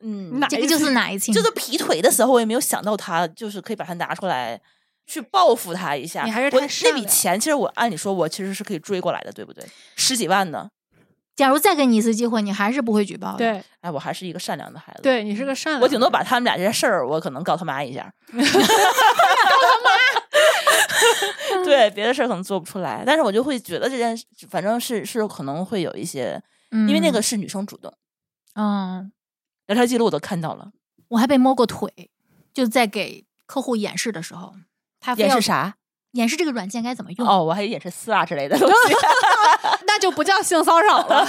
嗯，哪这一个就是清哪一清，就是劈腿的时候，我也没有想到他就是可以把他拿出来去报复他一下。你还是我太那善笔良钱，其实我按理说，我其实是可以追过来的，对不对？十几万呢，假如再给你一次机会，你还是不会举报的。， 对哎，我还是一个善良的孩子。，对，你是个善良的人，我顶多把他们俩这些事儿，我可能告他妈一 下。 告他妈。对，别的事儿可能做不出来，但是我就会觉得这件事，反正是是可能会有一些，嗯、因为那个，是女生主动，嗯，聊天记录我都看到了。我还被摸过腿，就在给客户演示的时候，他非演要示？啥？演示这个软件该怎么用。哦，我还演示丝啊之 类的东西。那就不叫性骚扰 了，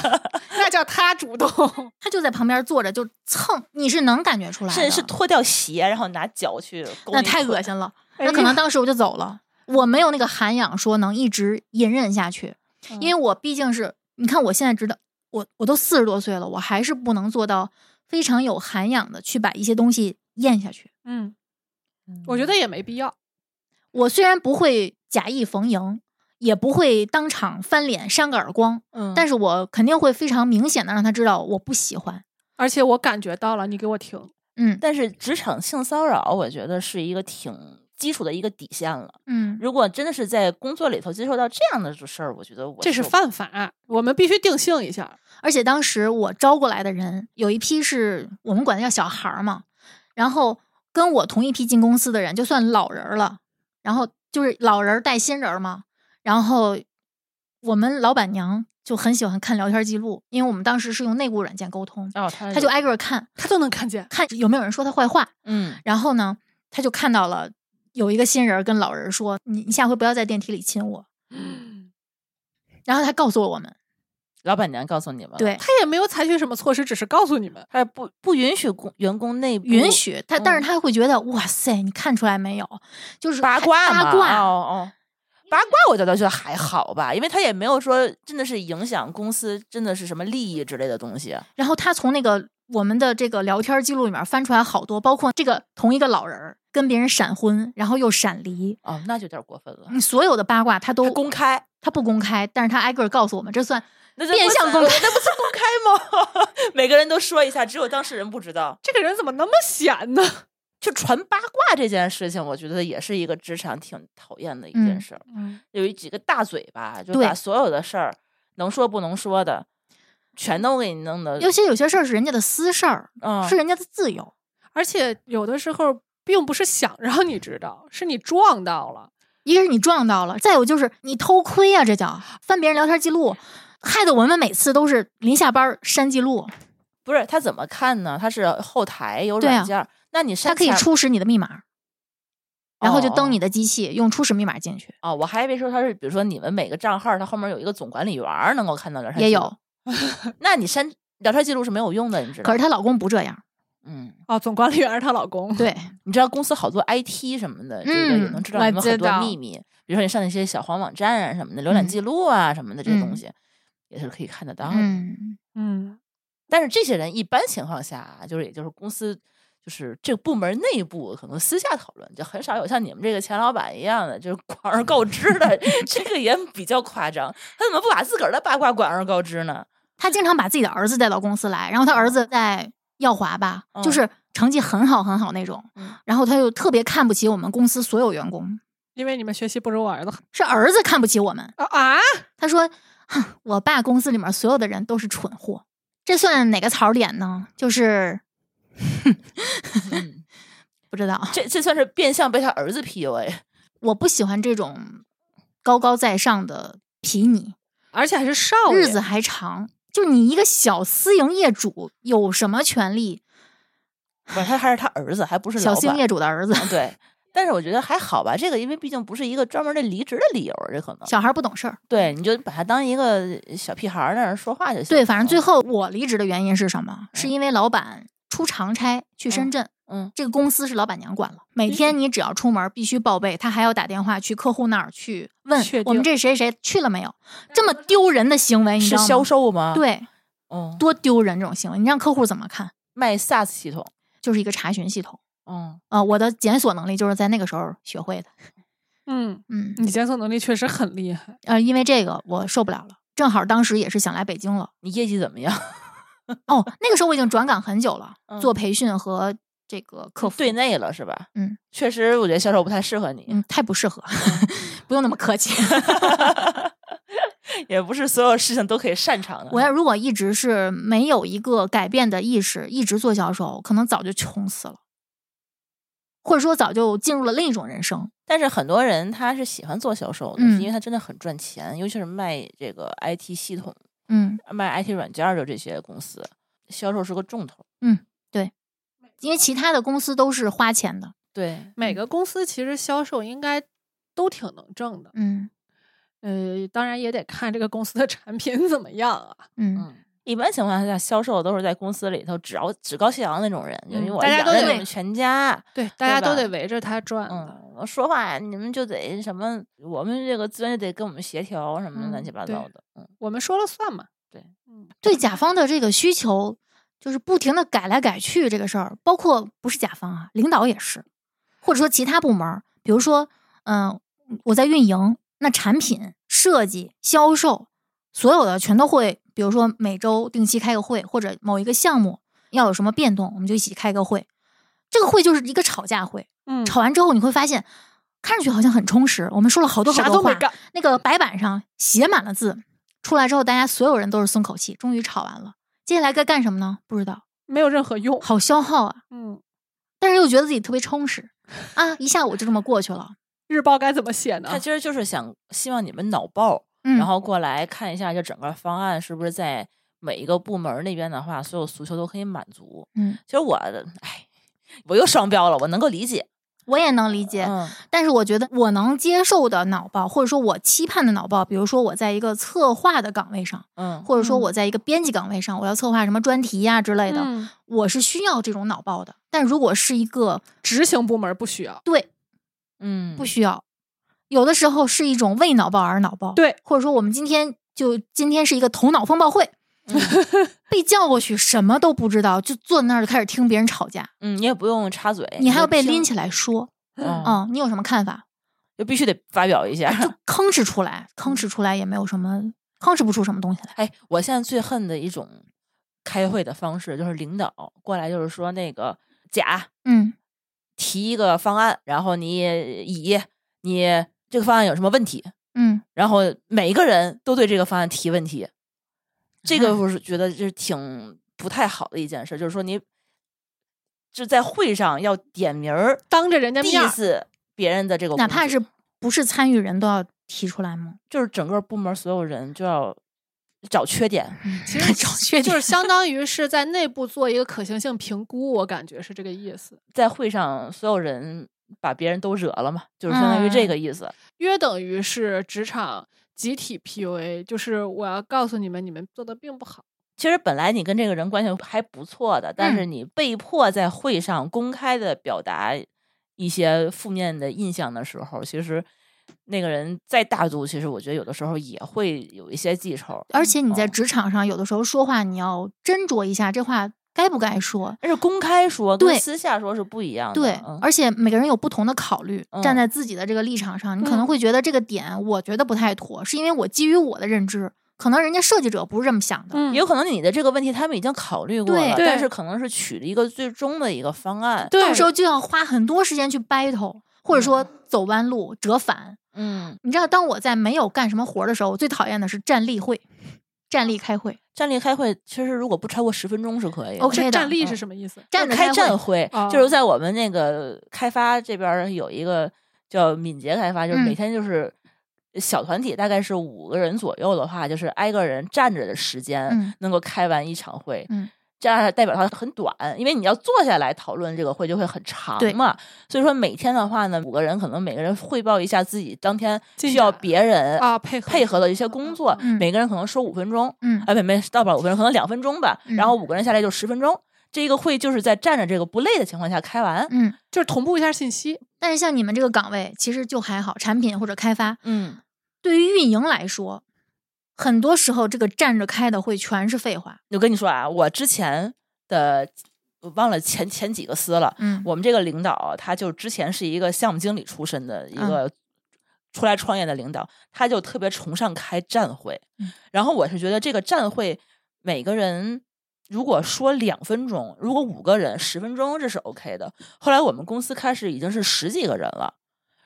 那叫他主动。他就在旁边坐着，就蹭，你是能感觉出来的，甚至是脱掉鞋，然后拿脚去勾那你太腿恶心了。 哎那可呀能当时我就走了，我没有那个涵养，说能一直隐忍下去，因为我毕竟是，你看我现在知道，我我都四十多岁了，我还是不能做到非常有涵养的去把一些东西咽下去。嗯，我觉得也没必要。我虽然不会假意逢迎，也不会当场翻脸扇个耳光，嗯但是我肯定会非常明显的让他知道我不喜欢。而且我感觉到了，你给我停。嗯但是职场性骚扰，我觉得是一个挺基础的一个底线了。嗯，如果真的是在工作里头接受到这样的事儿，我觉得我这是犯法，我们必须定性一下。而且当时我招过来的人有一批是我们管他叫小孩儿嘛，然后跟我同一批进公司的人就算老人儿了，然后就是老人儿带新人儿嘛，然后我们老板娘就很喜欢看聊天记录，因为我们当时是用内部软件沟通，哦，他她就挨个儿看他都能看见，看有没有人说她坏话，嗯然后呢，她就看到了有一个新人儿跟老人儿说：“你你下回不要在电梯里亲我。”然后她告诉了我们，老板娘告诉你们，，对，他也没有采取什么措施，只是告诉你们。他不不允许工员工内部允许他，但是嗯他会觉得、哇塞，你看出来没有？就是八还卦嘛八卦，哦哦。八卦我觉得就还好吧，因为他也没有说真的是影响公司真的是什么利益之类的东西。啊然后他从那个我们的这个聊天记录里面翻出来好多，包括这个同一个老人儿跟别人闪婚，然后又闪离，哦，那就有点过分了。你所有的八卦他还都公开，他不公开，但是他挨个儿告诉我们，这算那变 相公开，那不是公开吗？ 每个人都说一下，只有当事人不知道。这个人怎么那么闲呢？ 就传八卦这件事情，我觉得也是一个职场挺讨厌的一件嗯事儿。嗯，有一几个大嘴巴，就对把所有的事儿能说不能说的，全都给你弄的。尤其有些事儿是人家的私事儿，呃嗯，是人家的自由。 而且有的时候并不是想让你知道，是你撞到了。一个是你撞到了，再有就是你偷窥啊，这叫翻别人聊天记录，害得我们每次都是临下班儿删记录，不是他怎么看呢？他是后台有对啊软件儿，那你它删可以前初始你的密码，然后就哦登你的机器，用初始密码进去。哦，我还以为说他是，比如说你们每个账号，它后面有一个总管理员儿能够看到聊天 也记有录。那你删聊天记录是没有用的，你知道吗？ 可是她老公不这样，嗯，哦，总管理员是她老公，对，你知道公司好多 IT 什么的，这个也嗯能知道我你们知很多道秘密，比如说你上那些小黄网站啊什么的，浏览嗯记录啊什么的这些东嗯西，也是可以看得到的。嗯，嗯，但是这些人一般情况下啊，就是也就是公司就是这个部门内部可能私下讨论，就很少有像你们这个前老板一样的，就是广而告之 的，这个也比较夸张。他怎么不把自个儿的八卦广而告之呢？他经常把自己的儿子带到公司来，然后他儿子在耀华吧，嗯就是成绩很好很好那种嗯，然后他又特别看不起我们公司所有员工，因为你们学习不如我儿子好是儿子看不起我们。啊啊，他说：“哼，我爸公司里面所有的人都是蠢货。”这算哪个槽儿点呢？就是嗯不知道， 这这算是变相被他儿子 PUA。我不喜欢这种高高在上的睥睨，而且还是少爷日子还长。就你一个小私营业主，有什么权利？不是，他还是他儿子，还不是小老私营板。嗯业主的儿子，对，但是我觉得还好吧，这个因为毕竟不是一个专门的离职的理由，这可能小孩儿不懂事儿。对，你就把他当一个小屁孩儿那样说话就行了。对，反正最后我离职的原因是什么？是因为老板出长差去深圳，嗯这个公司是老板娘管了，每天你只要出门必须报备，他还要打电话去客户那儿去问确定我们这谁谁去了没有，这么丢人的行为，你知是道吗？销售吗？，对，嗯，多丢人这种行为，你让客户怎么看？卖 SaaS 系统，就是一个查询系统。嗯。呃，我的检索能力就是在那个时候学会的。嗯，嗯，你检索能力确实很厉害，呃，因为这个我受不了了，正好当时也是想来北京了。你业绩怎么样？哦，那个时候我已经转岗很久了，嗯做培训和这个客 服。对内了是吧？嗯，确实，我觉得销售不太适合你，嗯，太不适合， 不用那么客气。 也不是所有事情都可以擅长的。我要如果一直是没有一个改变的意识，一直做销售，可能早就穷死了，或者说早就进入了另一种人生。但是很多人他是喜欢做销售的，嗯是因为他真的很赚钱，尤其是卖这个 IT 系统、嗯，卖 IT 软件儿的这些公司，销售是个重头。因为其他的公司都是花钱的。对，每个公司其实销售应该都挺能挣的，嗯呃，当然也得看这个公司的产品怎么样啊。嗯，嗯，一般情况下，销售都是在公司里头趾高趾高气扬那种人，因为嗯我大家养都着得你们全家。 对，大家都吧得围着他转的。嗯，我说话你们就得什么，我们这个资源就得跟我们协调什么嗯乱七八对糟的。嗯，我们说了算嘛。对，嗯，对甲方的这个需求，就是不停的改来改去这个事儿，包括不是甲方啊，领导也是，或者说其他部门儿，比如说，嗯、我在运营，那产品设计、销售，所有的全都会，比如说每周定期开个会，或者某一个项目要有什么变动，我们就一起开个会。这个会就是一个吵架会，嗯，吵完之后你会发现，看上去好像很充实，我们说了好多好啥多都话没，干。那个白板上写满了字，出来之后大家所有人都是松口气，终于吵完了。接下来该干什么呢？不知道，没有任何用。好消耗啊！嗯，但是又觉得自己特别充实啊，一下午就这么过去了。日报该怎么写呢他？其实就是想希望你们脑爆，嗯，然后过来看一下这整个方案是不是在每一个部门儿那边的话，所有诉求都可以满足。嗯，其实我，哎，我又双标了，我能够理解。我也能理解，嗯但是我觉得我能接受的脑爆，或者说我期盼的脑爆，比如说我在一个策划的岗位上，嗯，或者说嗯我在一个编辑岗位上，我要策划什么专题呀、之类的，嗯我是需要这种脑爆的。但如果是一个执行部门不需要。对嗯，不需要。有的时候是一种为脑爆而脑爆，对，或者说我们今天就今天是一个头脑风暴会，嗯被叫过去什么都不知道，就坐在那儿就开始听别人吵架，嗯，你也不用插嘴，你还要被就拎听起来说，嗯，嗯，你有什么看法？就必须得发表 一下。吭哧出来，吭哧出来也没有什么，吭哧不出什么东西来。哎，我现在最恨的一种开会的方式就是领导过来就是说那个甲嗯提一个方案，然后你乙你这个方案有什么问题？嗯，然后每一个人都对这个方案提问题，这个嗯我是觉得就是挺不太好的一件事，就是说你就在会上要点名儿当着人家面儿 diss 别人的这个工作，哪怕是不是参与人都要提出来吗？就是整个部门所有人就要找缺点，其实嗯 找缺就是点，相当于是在内部做一个可行性评估，我感觉是这个意思，在会上所有人把别人都惹了嘛，就是相当于这个嗯意思。约等于是职场集体 PUA，就是我要告诉你们，你们做的并不好。其实本来你跟这个人关系还不错的，但嗯是你被迫在会上公开的表达一些负面的印象的时候，其实那个人再大度，其实我觉得有的时候也会有一些记仇，而且你在哦嗯职场上有的时候说话，你要斟酌一下这话该不该说。但是公开说跟对私下说是不一样的。对嗯，而且每个人有不同的考虑，嗯站在自己的这个立场上，你可嗯能会觉得这个点我觉得不太妥，是因为我基于我的认知，可能人家设计者不是这么想的。嗯也有可能你的这个问题他们已经考虑过对了，对但是可能是取了一个最终的一个方案。对，到时候就要花很多时间去 battle，或者说嗯走弯路、折返。嗯，你知道，当我在没有干什么活儿的时候，我最讨厌的是站例会、站立开会、站立开会其实如果不超过十分钟是可以的。 OK 这的站立是嗯什么意思？站就着是开会站。会哦，就是在我们那个开发这边儿有一个叫敏捷开发，就是每嗯天就是小团体，大概是五个人左右的话，就是挨个人站着的时间嗯能够开完一场会。嗯这样代表它很短，因为你要坐下来讨论这个会就会很长对嘛。所以说每天的话呢，五个人可能每个人汇报一下自己当天进需要展别人啊，配合呃配合的一些工作，哦嗯每个人可能说五分钟，嗯哎，没没到不了五分钟，可能两分钟吧。嗯然后五个人下来就十分钟，这一个会就是在站着这个不累的情况下开完。嗯，就是同步一下信息。但是像你们这个岗位，其实就还好，产品或者开发，嗯，对于运营来说，很多时候这个站着开的会全是废话。我跟你说啊，我之前的我忘了前前几个司了，嗯，我们这个领导他就之前是一个项目经理出身的一嗯个出来创业的领导，他就特别崇尚开站会嗯。然后我是觉得这个站会每个人。如果说两分钟，如果五个人十分钟，这是 OK 的。后来我们公司开始已经是十几个人了，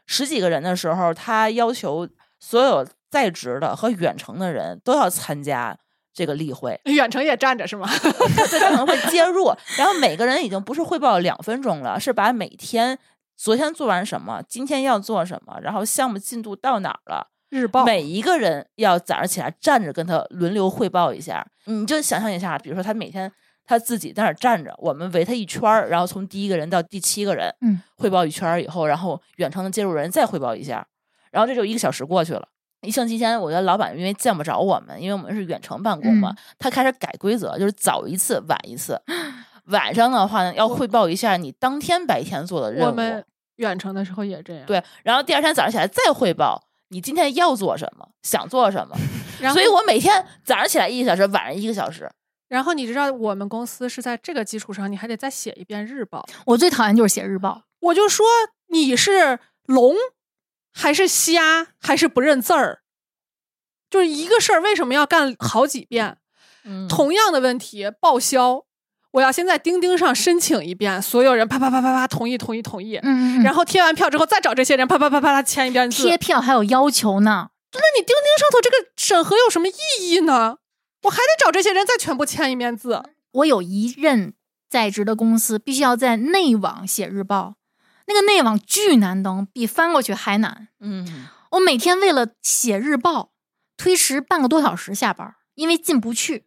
十几个人的时候，他要求所有在职的和远程的人都要参加这个例会。远程也站着是吗？ 对，他可能会接入。然后每个人已经不是汇报两分钟了，是把每天昨天做完什么，今天要做什么，然后项目进度到哪儿了，日报每一个人要早上起来站着跟他轮流汇报一下。你就想象一下，比如说他每天他自己在那儿站着，我们围他一圈儿，然后从第一个人到第七个人，嗯，汇报一圈儿以后，然后远程的接入人再汇报一下，然后这就一个小时过去了。疫情期间，我觉得老板因为见不着我们，因为我们是远程办公嘛，嗯他开始改规则，就是早一次晚一次。晚上的话呢，要汇报一下你当天白天做的任务。我们远程的时候也这样。，对，然后第二天早上起来再汇报你今天要做什么，想做什么。然后所以我每天早上起来一个小时，晚上一个小时。然后你知道我们公司是在这个基础上，你还得再写一遍日报。我最讨厌就是写日报。我就说你是聋还是瞎还是不认字儿，就是一个事儿为什么要干好几遍？嗯同样的问题报销，我要先在钉钉上申请一遍，所有人啪啪啪啪啪同意同意同意，嗯然后贴完票之后再找这些人啪啪啪啪啪签一遍字。贴票还有要求呢。那你钉钉上头这个审核有什么意义呢？我还得找这些人再全部签一遍字。我有一任在职的公司，必须要在内网写日报，那个内网巨难登，比翻过去还难。嗯，我每天为了写日报，推迟半个多小时下班，因为进不去，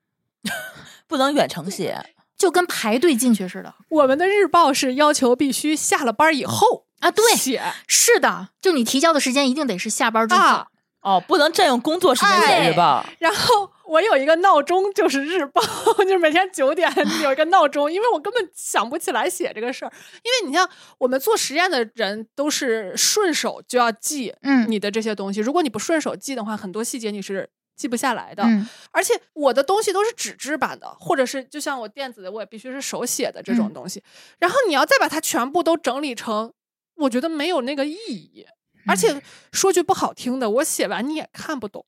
不能远程写。就跟排队进去似的。我们的日报是要求必须下了班以后啊，对，写是的，就你提交的时间一定得是下班之后。啊。哦，不能占用工作时间写日报。然后我有一个闹钟，就是日报， 就是每天九 点有一个闹钟，因为我根本想不起来写这个事儿。因为你像我们做实验的人，都是顺手就要记嗯，你的这些东西，如果你不顺手记的话，很多细节你是记不下来的。嗯而且我的东西都是纸质版的，或者是就像我电子的，我也必须是手写的这种嗯东西。然后你要再把它全部都整理成，我觉得没有那个意义。而嗯且说句不好听的，我写完你也 看不懂。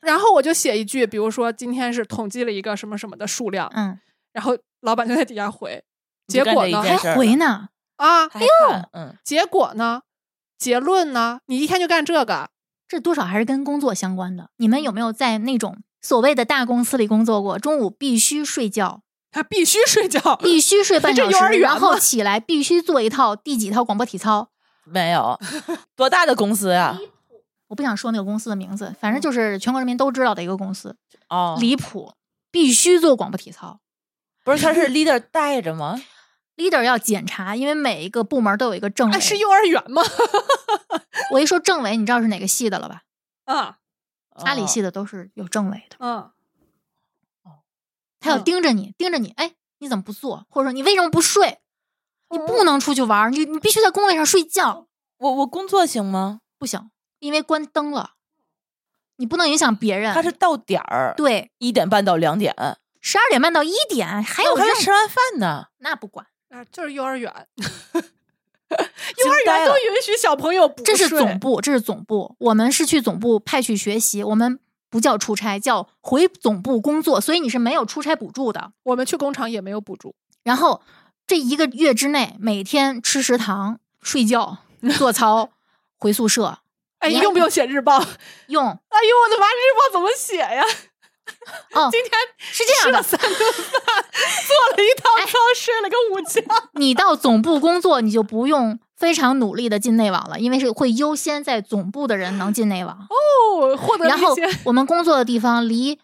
然后我就写一句，比如说今天是统计了一个什么什么的数量，嗯，然后老板就在底下回，你结就干果这一呢件事儿还哎回呢。啊，哎呦，嗯，结果呢，结论呢，你一天就干这个，这多少还是跟工作相关的。你们有没嗯有在那种所谓的大公司里工作过？中午必须睡觉，他必须睡觉，必须睡半这小幼儿时，园然后吗起来必须做一套第几套广播体操。没有，多大的公司呀、我不想说那个公司的名字，反嗯正就是全国人民都知道的一个公司，哦，离谱，必须做广播体操。不是他是 leader 带着吗？ leader 要检查，因为每一个部门都有一个政委。啊，是幼儿园吗？我一说政委，你知道是哪个系的了吧？啊，阿里系的，的都是有政委的。嗯，他要嗯盯着你，盯着你，哎，你怎么不做？或者说你为什么不睡？你嗯不能出去玩儿，你你必须在工位上睡觉，我我工作行吗？不行，因为关灯了，你不能影响别人。他是到点儿，嗯对一点半到两点，十二点半到一点，还有我还没任吃完饭呢，那不管，啊，就是幼儿园，幼幼儿园都允许小朋友不这是睡总部，这是总部，我们是去总部派去学习，我们不叫出差，叫回总部工作，所以你是没有出差补助的。我们去工厂也没有补助，然后这一个月之内，每天吃食堂、睡觉、做操、回宿舍，哎，你还用不用写日报？哎呦，用我的妈，日报怎么写呀？哦，今天是这吃样了的，三顿饭， 哎做了一套操，睡了个午觉。你到总部工作，你就不用非常努力的进内网了，因为是会优先在总部的人能进内网。哦，获得了然一后些我们工作的地方离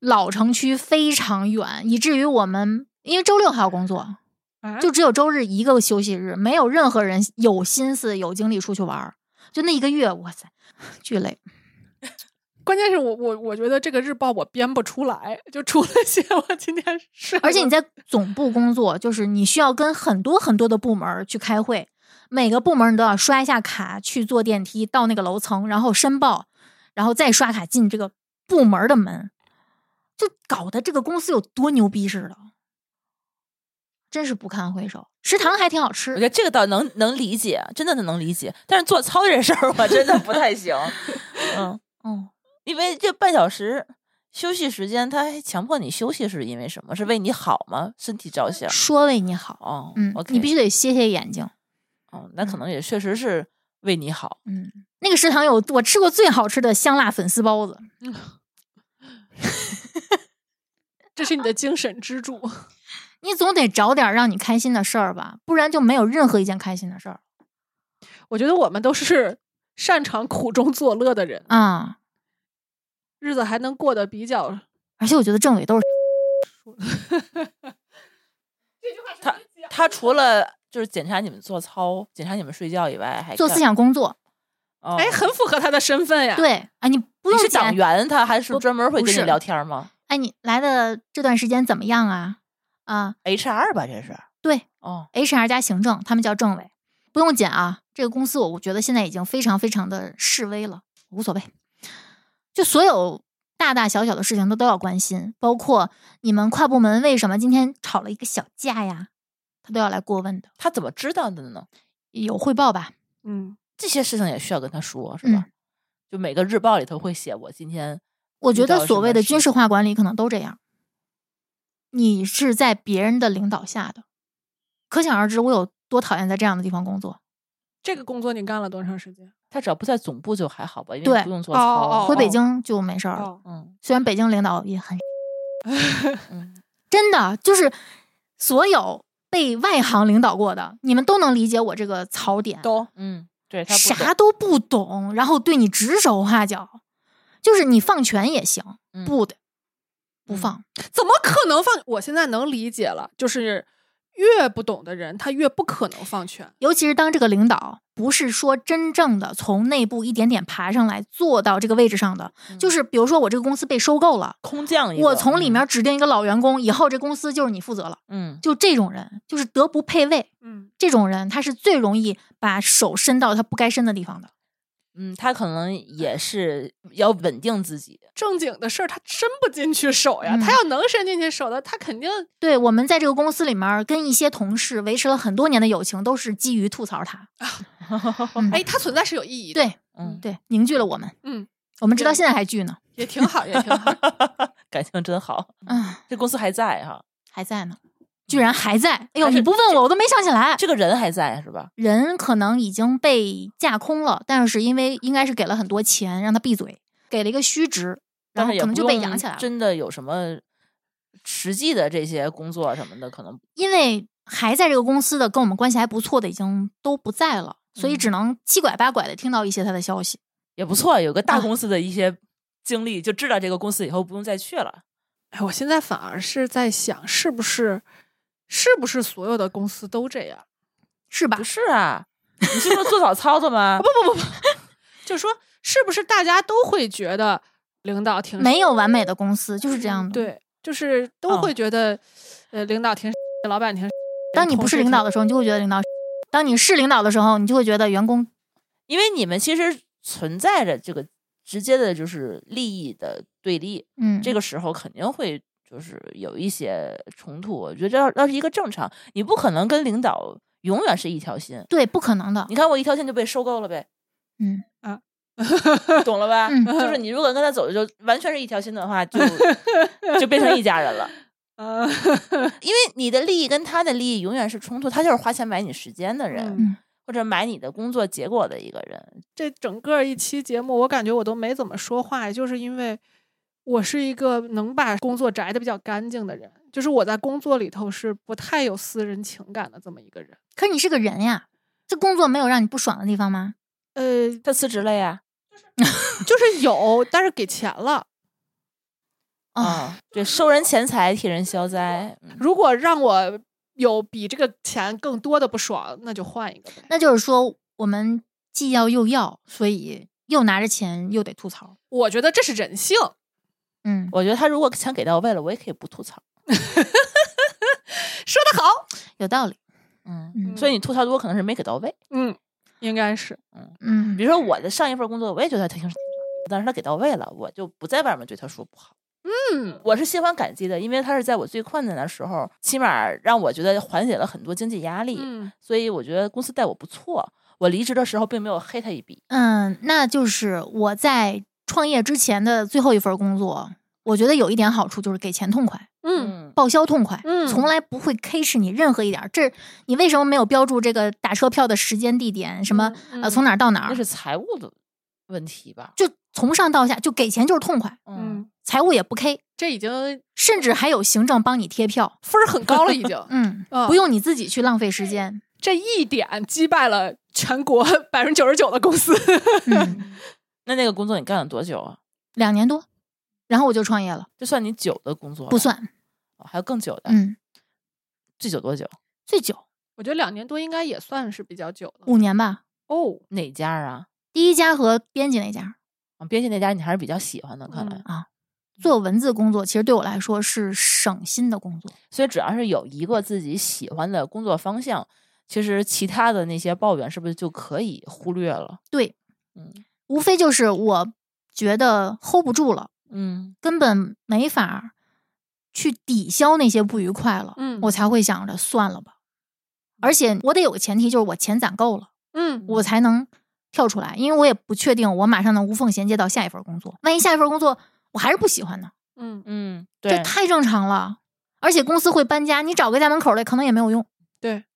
老城区非常远，以至于我们因为周六还要工作，啊就只有周日一个休息日，没有任何人有心思有精力出去玩儿。就那一个月，哇塞，巨累。关键是我我我觉得这个日报我编不出来，就除了写 我今天是，而且你在总部工作，就是你需要跟很多很多的部门儿去开会，每个部门你都要刷一下卡去坐电梯到那个楼层，然后申报，然后再刷卡进这个部门的门，就搞得这个公司有多牛逼似的，真是不堪回首。食堂还挺好我吃觉，得这个倒能能理解，真的能理解。但是做操这事儿，我真的不太行。嗯，嗯，因为这半小时休息时间，他还强迫你休息，是因为什么？是为你好吗？身体着想。说为你好，哦，呃嗯 o k 你必嗯须得歇歇眼睛，哦，那可能也确实是为你好。嗯。那个食堂有我吃过最好吃的香辣粉丝包子，这是你的精神支柱。你总得找点儿让你开心的事儿吧，不然就没有任何一件开心的事儿。我觉得我们都是 擅长苦中作乐的人，啊、日子还能过得比较。而且我觉得政委都是他除了就是检查你们做操、检查你们睡觉以外，还做干思。想工作，哦哎，很符合他的身份呀。，对啊，你不你用是讲党员，他还是不专门会不跟你是聊天吗哎，你来的这段时间怎么样啊？啊？HR 吧，这是。对哦， ，HR 加行政，他们叫政委，不用减啊。这个公司我我觉得现在已经非常非常的示威了，无所谓。就所有大大小小的事情都都要关心，包括你们跨部门为什么今天吵了一个小架呀，他都要来过问的，他怎么知道的呢？有汇报吧？嗯，这些事情也需要跟他说，是吧？嗯就每个日报里头会写我今天我觉遇到得什所么谓的事军事化管理可能都这样，你是在别人的领导下的，可想而知我有多讨厌在这样的地方工作，这个工作你干了多长时间？他只要不在总部就还好吧，因为对不用做哦操。哦回北京就没事儿了。哦，嗯虽然北京领导也很，嗯，真的就是所有被外行领导过的，你们都能理解我这个槽点，懂。嗯，对他不懂啥都不懂，然后对你指手画脚，就是你放权也行，嗯不的，不嗯放。怎么可能放？我现在能理解了，就是越不懂的人，他越不可能放权。尤其是当这个领导不是说真正的从内部一点点爬上来做到这个位置上的，就嗯是比如说我这个公司被收购了，空降一个。我从里面指定一个老员工，以后这公司就是你负责了，嗯，就这种人就是德不配位，嗯，这种人他是最容易把手伸到他不该伸的地方的。嗯嗯，他可能也是要稳定自己。正经的事儿他伸不进去手呀，嗯他要能伸进去手的，他肯定对我们在这个公司里面跟一些同事维持了很多年的友情，都是基于吐槽他。嗯哎，它存在是有意义的，对嗯，对，凝聚了我们，嗯，我们直到对现在还聚呢。也挺好，也挺 好。感情真好，嗯，这公司还在哈，还在呢，居然还在。哎呦，还是你不问我，我都没想起来。这个人还在是吧？人可能已经被架空了，但是因为应该是给了很多钱让他闭嘴，给了一个虚职，然但后是也可能不就被用养起来了。真的有什么实际的这些工作什么的，可能因为还在这个公司的跟我们关系还不错的已经都不在了，所嗯以只能七拐八拐的听到一些他的消息。也不错。有个大啊公司的一些经历，就知道这个公司以后不用再去啊了。哎，我现在反而是在想，是不是，是不是所有的公司都这样？是吧不？是啊，你是说做早操的吗？不就说是不是大家都会觉得领导挺没有完美的公司就是这样的。，对，就是都会觉得，呃，领导挺，老板挺，当你不是领导的时候，你就会觉得领导；当你是领导的时候，你就会觉得员工因为你们其实存在着这个直接的就是利益的对立，嗯，这个时候肯定会就是有一些冲突。我觉得这要要是一个正常，你不可能跟领导永远是一条心。对不可能的，你看我一条线就被收购了呗，嗯啊懂了吧？嗯 就是你如果跟他走的就完全是一条心的 话，就就变成一家人了，呃， 因为你的利益跟他的利益永远是冲突。他就是花钱买你时间的人，嗯或者买你的工作结果的一个人。这整个一期节目，我感觉我都没怎么说话，就是因为我是一个能把工作摘的比较干净的人，就是我在工作里头是不太有私人情感的这么一个人。可是你是个人呀，这工作没有让你不爽的地方吗？呃，他辞职了呀，就是有，但是给钱了。啊、嗯对，收人钱财，替人消 灾。嗯如果让我有比这个钱更多的不爽，那就换一个呗。那就是说我们既要又要，所以又拿着钱又得吐槽。我觉得这是人性，嗯，我觉得他如果钱给到位了，我也可以不吐槽。说得好。有道理。嗯，嗯所以你吐槽的我可能是没给到位。嗯，应该是。嗯比，如说我的上一份工作，我也觉得他挺，但是他给到位了，我就不在外面对他说不好。嗯我是心怀感激的，因为他是在我最困难的时候，起码让我觉得缓解了很多经济压力，嗯，所以我觉得公司待我不错。我离职的时候并没有黑他一笔，嗯，那就是我在创业之前的最后一份工作，我觉得有一点好处就是给钱痛快，嗯，报销痛快，嗯从来不会 K 斥你任何一点儿。这你为什么没有标注这个打车票的时间、地点，什么、嗯呃从哪儿到哪那儿？是财务的问题吧？就从上到下就给钱就是痛快，嗯嗯，财务也不 K，这已经甚至还有行政帮你贴票，分儿很高了，已 经。嗯，嗯不用你自己去浪费时间，这一点击败了全国 百分之九十九的公司。 嗯，那那个工作你干了多久啊？两年多，然后我就创业了，就算你久的工作不了算，哦还有更久的，嗯，最久多久？最久我觉得两年多应该也算是比较久了。五年吧，哦，哪家啊？第一家和编辑那家啊，编辑那家你还是比较喜欢的，看来。嗯做文字工作，其实对我来说是省心的工作，所以只要是有一个自己喜欢的工作方向，其实其他的那些抱怨是不是就可以忽略了？对，嗯无非就是我觉得 hold 不住了，嗯根本没法去抵消那些不愉快了，嗯我才会想着算了吧。而且我得有个前提，就是我钱攒够了，嗯我才能跳出来，因为我也不确定我马上能无缝衔接到下一份工作。万一下一份工作我还是不喜欢呢，嗯，嗯，这对，太正常了。而且公司会搬家，你找个家门口的可能也没有用。对，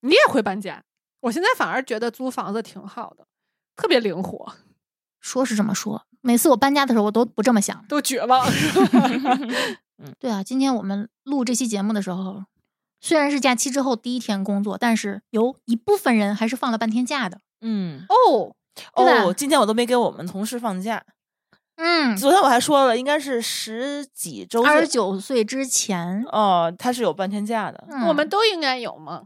你也会搬家。我现在反而觉得租房子挺好的，特别灵活，说是这么说，每次我搬家的时候，我都不这么想。都绝望。 对啊，今天我们录这期节目的时候，虽然是假期之后第一天工作，但是有一部分人还是放了半天假的。嗯哦，对吧哦，今天我都没给我们同事放假，嗯，昨天我还说了，应该是十几周岁，二十九岁之前哦，他是有半天假的，嗯我们都应该有 嘛。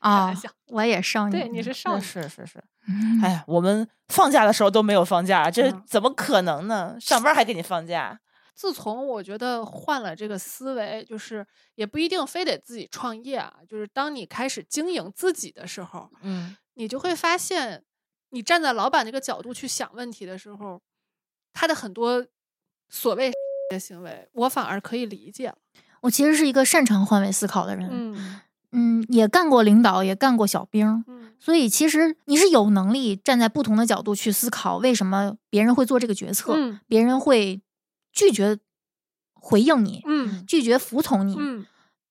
啊玩笑，我也少女，对，你是 少那女，是是是，嗯，哎呀，我们放假的时候都没有放假，这嗯怎么可能呢？上班还给你放假，自从我觉得换了这个思维，就是也不一定非得自己创业啊，就是当你开始经营自己的时候，嗯你就会发现，你站在老板这个角度去想问题的时候，他的很多所谓的行为，我反而可以理解了。我其实是一个擅长换位思考的人，嗯嗯也干过领导，也干过小兵，嗯所以其实你是有能力站在不同的角度去思考，为什么别人会做这个决策，嗯别人会拒绝回应你，嗯拒绝服从你，嗯，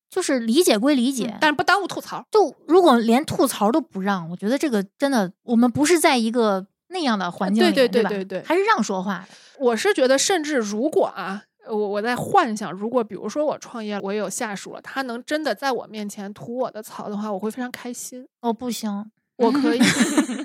就是理解归理解，但是不耽误吐槽。就如果连吐槽都不让，我觉得这个真的，我们不是在一个那样的环境对里面，呃对对吧对对还是让说话的，我是觉得，甚至如果啊，我我在幻想，如果比如说我创业，我有下属了，他能真的在我面前吐我的槽的话，我会非常开心。哦，不行，我可 以，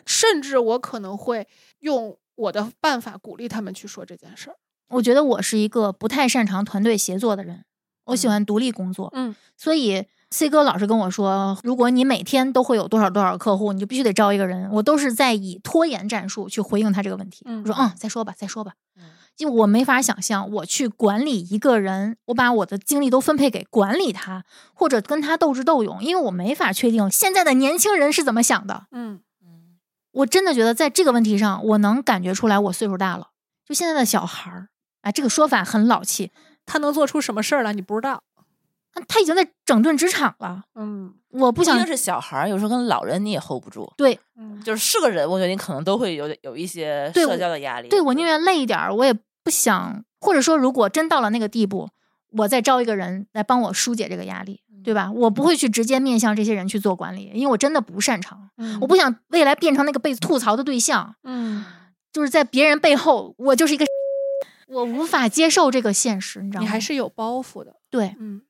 甚至我可能会用我的办法鼓励他们去说这件事儿。我觉得我是一个不太擅长团队协作的人，我嗯喜欢独立工作，嗯所以 C 哥老是跟我说，如果你每天都会有多少多少客户，你就必须得招一个人。我都是在以拖延战术去回应他这个问题。嗯我说嗯，再说吧，再说吧嗯。因为我没法想象，我去管理一个人，我把我的精力都分配给管理他，或者跟他斗智斗勇，因为我没法确定现在的年轻人是怎么想的。嗯，嗯我真的觉得在这个问题上，我能感觉出来我岁数大了。就现在的小孩儿，啊，这个说法很老气，他能做出什么事儿来，你不知道。啊他已经在整顿职场了。嗯我不不想仅是小孩儿，有时候跟老人你也 hold 不住，对嗯，就是是个人，我觉得你可能都会有有一些对社我交的压力。对我宁愿累一点儿，我也不想，或者说如果真到了那个地步，我再招一个人来帮我疏解这个压力，对吧？我不会去直接面向这些人去做管理，因为我真的不擅长，我不想未来变成那个被吐槽的对象，嗯，就是在别人背后我就是一个， 我无法接受这个现实，你知道吗？你还是有包袱的。对，嗯，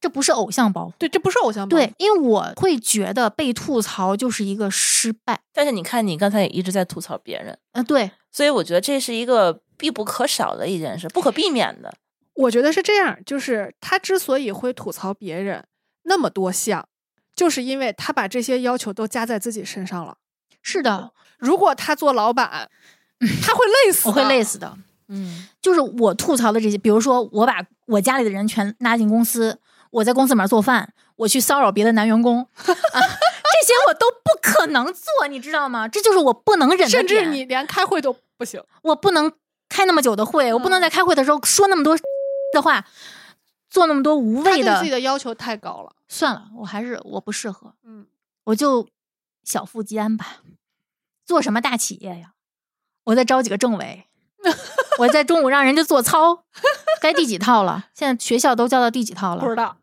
这不是偶像包袱。对，这不是偶像包袱。对，因为我会觉得被吐槽就是一个失败。但是你看，你刚才也一直在吐槽别人，嗯、对，所以我觉得这是一个必不可少的一件事，不可避免的。我觉得是这样，就是他之所以会吐槽别人那么多项，就是因为他把这些要求都加在自己身上了。是的，如果他做老板， 他会累死，我会累。死的。嗯，就是我吐槽的这些，比如说我把我家里的人全拉进公司，我在公司里面做饭，我去骚扰别的男员 工，啊、这些我都不可能做，你知道吗？这就是我不能忍的甚至点你连开会都不行。我不能开那么久的会，我不嗯能在开会的时候说那么多 的话，做那么多无他谓对的自己。的要求太高了。算了，我还是我不适合，嗯，我就小富即安吧。做什么大企业呀？我再招几个政委，我在中午让人家做操，该第几套了？现在学校都教到第几套不知了？道，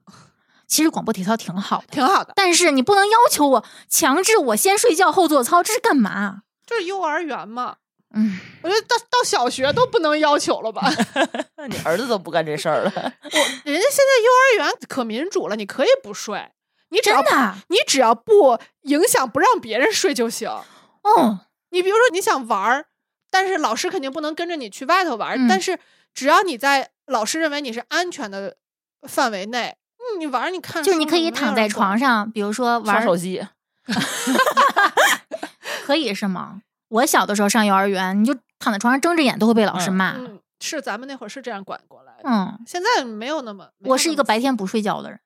其实广播体操挺好的，挺好的，但是你不能要求我强制我先睡觉后做操，这是干嘛？就是幼儿园嘛。嗯，我觉得到到小学都不能要求 了吧？ 那你儿子都不干这事儿了，人家现在幼儿园可民主了，你可以不睡，你只要真不的啊，你只要不影响不让别人睡就行。哦，你比如说你想玩儿，但是老师肯定不能跟着你去外头玩儿，嗯但是只要你在老师认为你是安全的范围内，嗯你玩儿你看就是书你可以怎么躺样在都床上，比如说玩刷儿手机。可以是吗？我小的时候上幼儿园，你就躺在床上睁着眼都会被老师嗯骂。嗯，是咱们那会儿是这样管过来的，嗯，现在没有那么。没有我是那一个么白天不睡觉的人。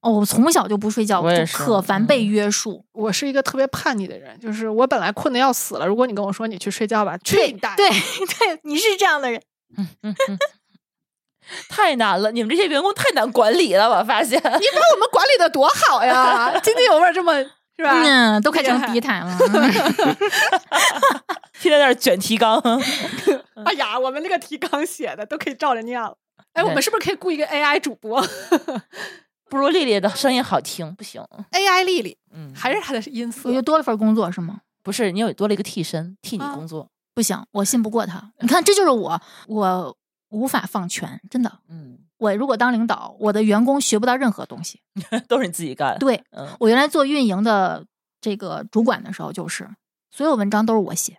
哦，我从小就不睡觉，我就也是可烦被嗯约束。我是一个特别叛逆的人，就是我本来困得要死了，如果你跟我说你去睡觉吧，去你大爷！对 对，你是这样的人。太难了，你们这些员工太难管理了，我发现。 你把我们管理的多 好呀，津津有味儿这么是吧？嗯，都快厉成害敌台 了。嗯天天在那儿卷提纲，哎呀，我们那个提纲写的都可以照着念了。哎，对我们是不是可以雇一个 AI 主 播不如丽丽的声音好听，不行， ？AI 丽丽嗯，还是她的音色我又多了份工作是吗？不是你有多了一个替身替你啊工作，不行，我信不过他。你看，这就是我，我无法放权，真的。嗯， 我如果当领导，我的员工学不到任何东西。都是你自己干，对嗯，我原来做运营的这个主管的时候，就是所有文章都是我写，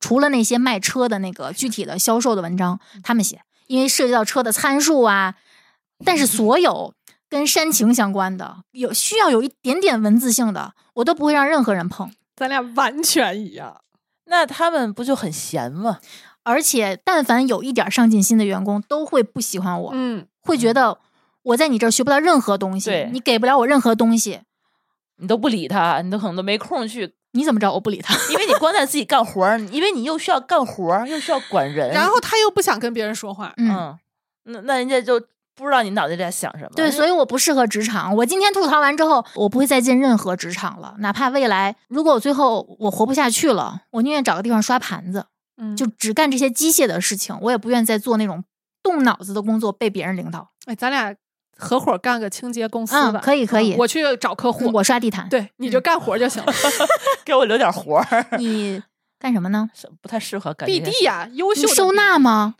除了那些卖车的那个具体的销售的文章，他们写，因为涉及到车的参数啊。但是所有跟煽情相关的，有需要有一点点文字性的，我都不会让任何人碰。咱俩完全一嗯样。那他们不就很闲吗？而且，但凡有一点上进心的员工，都会不喜欢我，嗯，会觉得我在你这儿学不到任何东西对，你给不了我任何东西，你都不理他，你都可能都没空去，你怎么知道我不理他？因为你光在自己干活儿，因为你又需要干活儿，又需要管人， 然后她又不想跟别人说话，嗯，嗯，那那人家就不知道你脑袋里在想什么，对，所以我不适合职场。我今天吐槽完之后，我不会再进任何职场了，哪怕未来如果我最后我活不下去了，我宁愿找个地方刷盘子，嗯就只干这些机械的事情，我也不愿再做那种动脑子的工作被别人领导。哎，咱俩合伙干个清洁公司嗯吧。可以可以嗯我去找客户。我嗯刷地毯，对，你就干活就行了。 给我留点活儿， 你干什么呢？是不太适合干这 BD 些事呀，优你秀的收 BD 纳吗？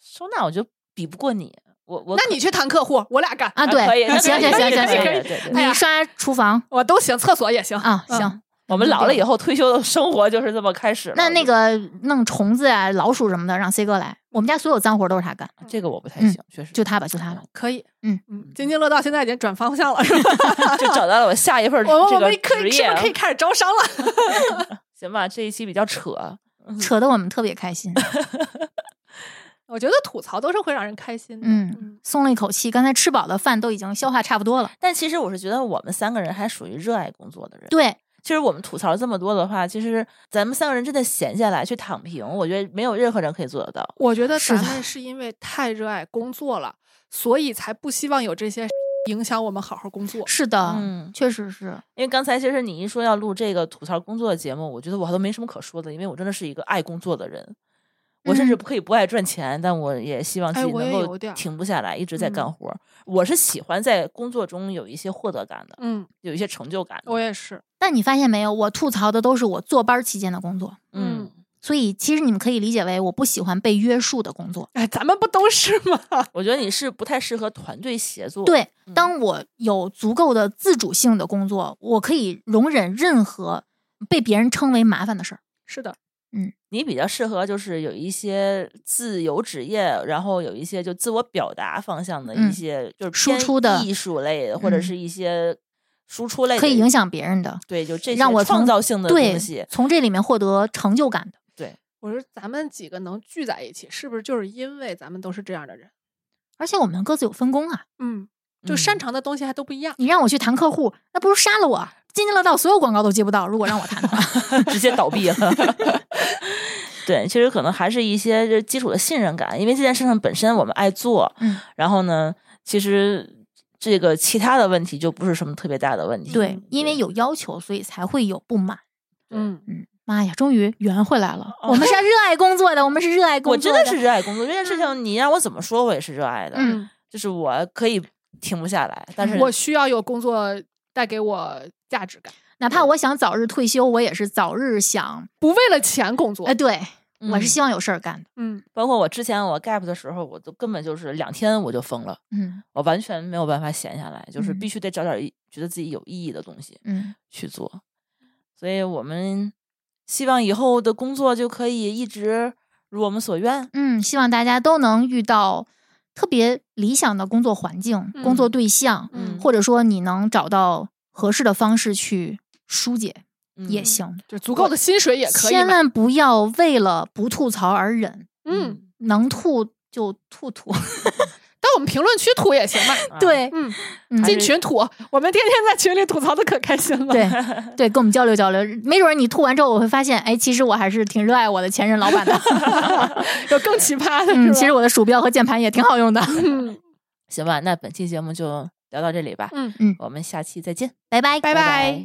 收纳我就比不过你，我我那你去谈客户，我俩干，啊， 可以对，那行可以哎可行行以行可以对行，对对你刷厨房我都行，厕所也行啊，嗯行，我们老了以后退休的生活就是这么开始了。那那个弄虫子啊、老鼠什么的，让 C 哥来。我们家所有脏活都是他干，这个我不太嗯行，确实就他吧，就他吧。可以，嗯嗯，津津乐道现在已经转方向了， 是吧？就找到了我下一份 我们这我个们可职以是业不啊是可。以开始招商了？ 行吧，这一期比较扯，嗯扯得我们特别开心，我觉得吐槽都是会让人开心的。嗯，松了一口气。刚才吃饱的饭都已经消化差不多了。但其实我是觉得我们三个人还属于热爱工作的人。对，其实我们吐槽了这么多的话，其实咱们三个人真的闲下来去躺平，我觉得没有任何人可以做得到。我觉得是咱的们是因为太热爱工作了，所以才不希望有这些 影响我们好好工作。是的，嗯确实是。因为刚才其实你一说要录这个吐槽工作的节目，我觉得我都没什么可说的，因为我真的是一个爱工作的人。我甚至嗯不可以不爱赚钱，但我也希望自哎己我能也有够点儿停不下来，一直在干嗯活儿。我是喜欢在工作中有一些获得感的，嗯，有一些成就感的。我也是。但你发现没有，我吐槽的都是我坐班期间的工作，嗯，所以其实你们可以理解为我不喜欢被约束的工作。哎，咱们不都是吗？我觉得你是不太适合团队协作。嗯对嗯，当我有足够的自主性的工作，我可以容忍任何被别人称为麻烦的事儿。 是的，你比较适合就是有一些自由职业，然后有一些就自我表达方向的一嗯些，就是输偏出的艺术类的，或者嗯是一些输出类的，可以影响别人的，对，就这让些我创从造性的对东西，，嗯从这里面获得成就感的。我说咱们几个能聚在一起，是不是就是因为咱们都是这样的人？而且我们各自有分工啊，嗯，就擅嗯长的东西还都不一样。你让我去谈客户，那不如杀了我。津津乐道所有广告都接不到，如果让我谈的话，直接倒闭了。 对，其实可能还是一些这基础的信任感，因为这件事情本身我们爱做，嗯，然后呢，其实这个其他的问题就不是什么特别大的问题。对，因为有要求，所以才会有不满。嗯，妈呀，终于圆回来了！哦 我们是热爱工作的，我们是热爱工我作真的的，是嗯热爱工作这件事情，你让我怎么说，我也是热爱的。嗯，就是我可以停不下来，嗯但是我需要有工作带给我价值感，哪怕我想早日退休，我也是早日想，不为了钱工作。哎，对我是嗯希望有事儿干的。嗯，包括我之前我 gap 的时候，我都根本就是两天我就疯了，嗯我完全没有办法闲下来，就是嗯必须得找点一觉得自己有意义的东西嗯，去做。所以我们希望以后的工作就可以一直如我们所愿。嗯，希望大家都能遇到特别理想的工作环境、工作嗯对象，嗯或者说你能找到合适的方式去疏解、嗯也行，就足够的薪水也可以千嘛。万不要为了不吐槽而忍，嗯，，能吐就吐吐。到我们评论区吐也行嘛。啊，对 嗯，嗯进群吐，我们天天在群里吐槽的可开心了。 对对，跟我们交流交流，没准儿你吐完之后，我会发现，哎，其实我还是挺热爱我的前任老 板的。 有更奇葩的是吧，嗯，其实我的鼠标和键盘也挺好用的。嗯行吧，那本期节目就聊到这里吧，嗯嗯我们下期再见，拜拜，拜拜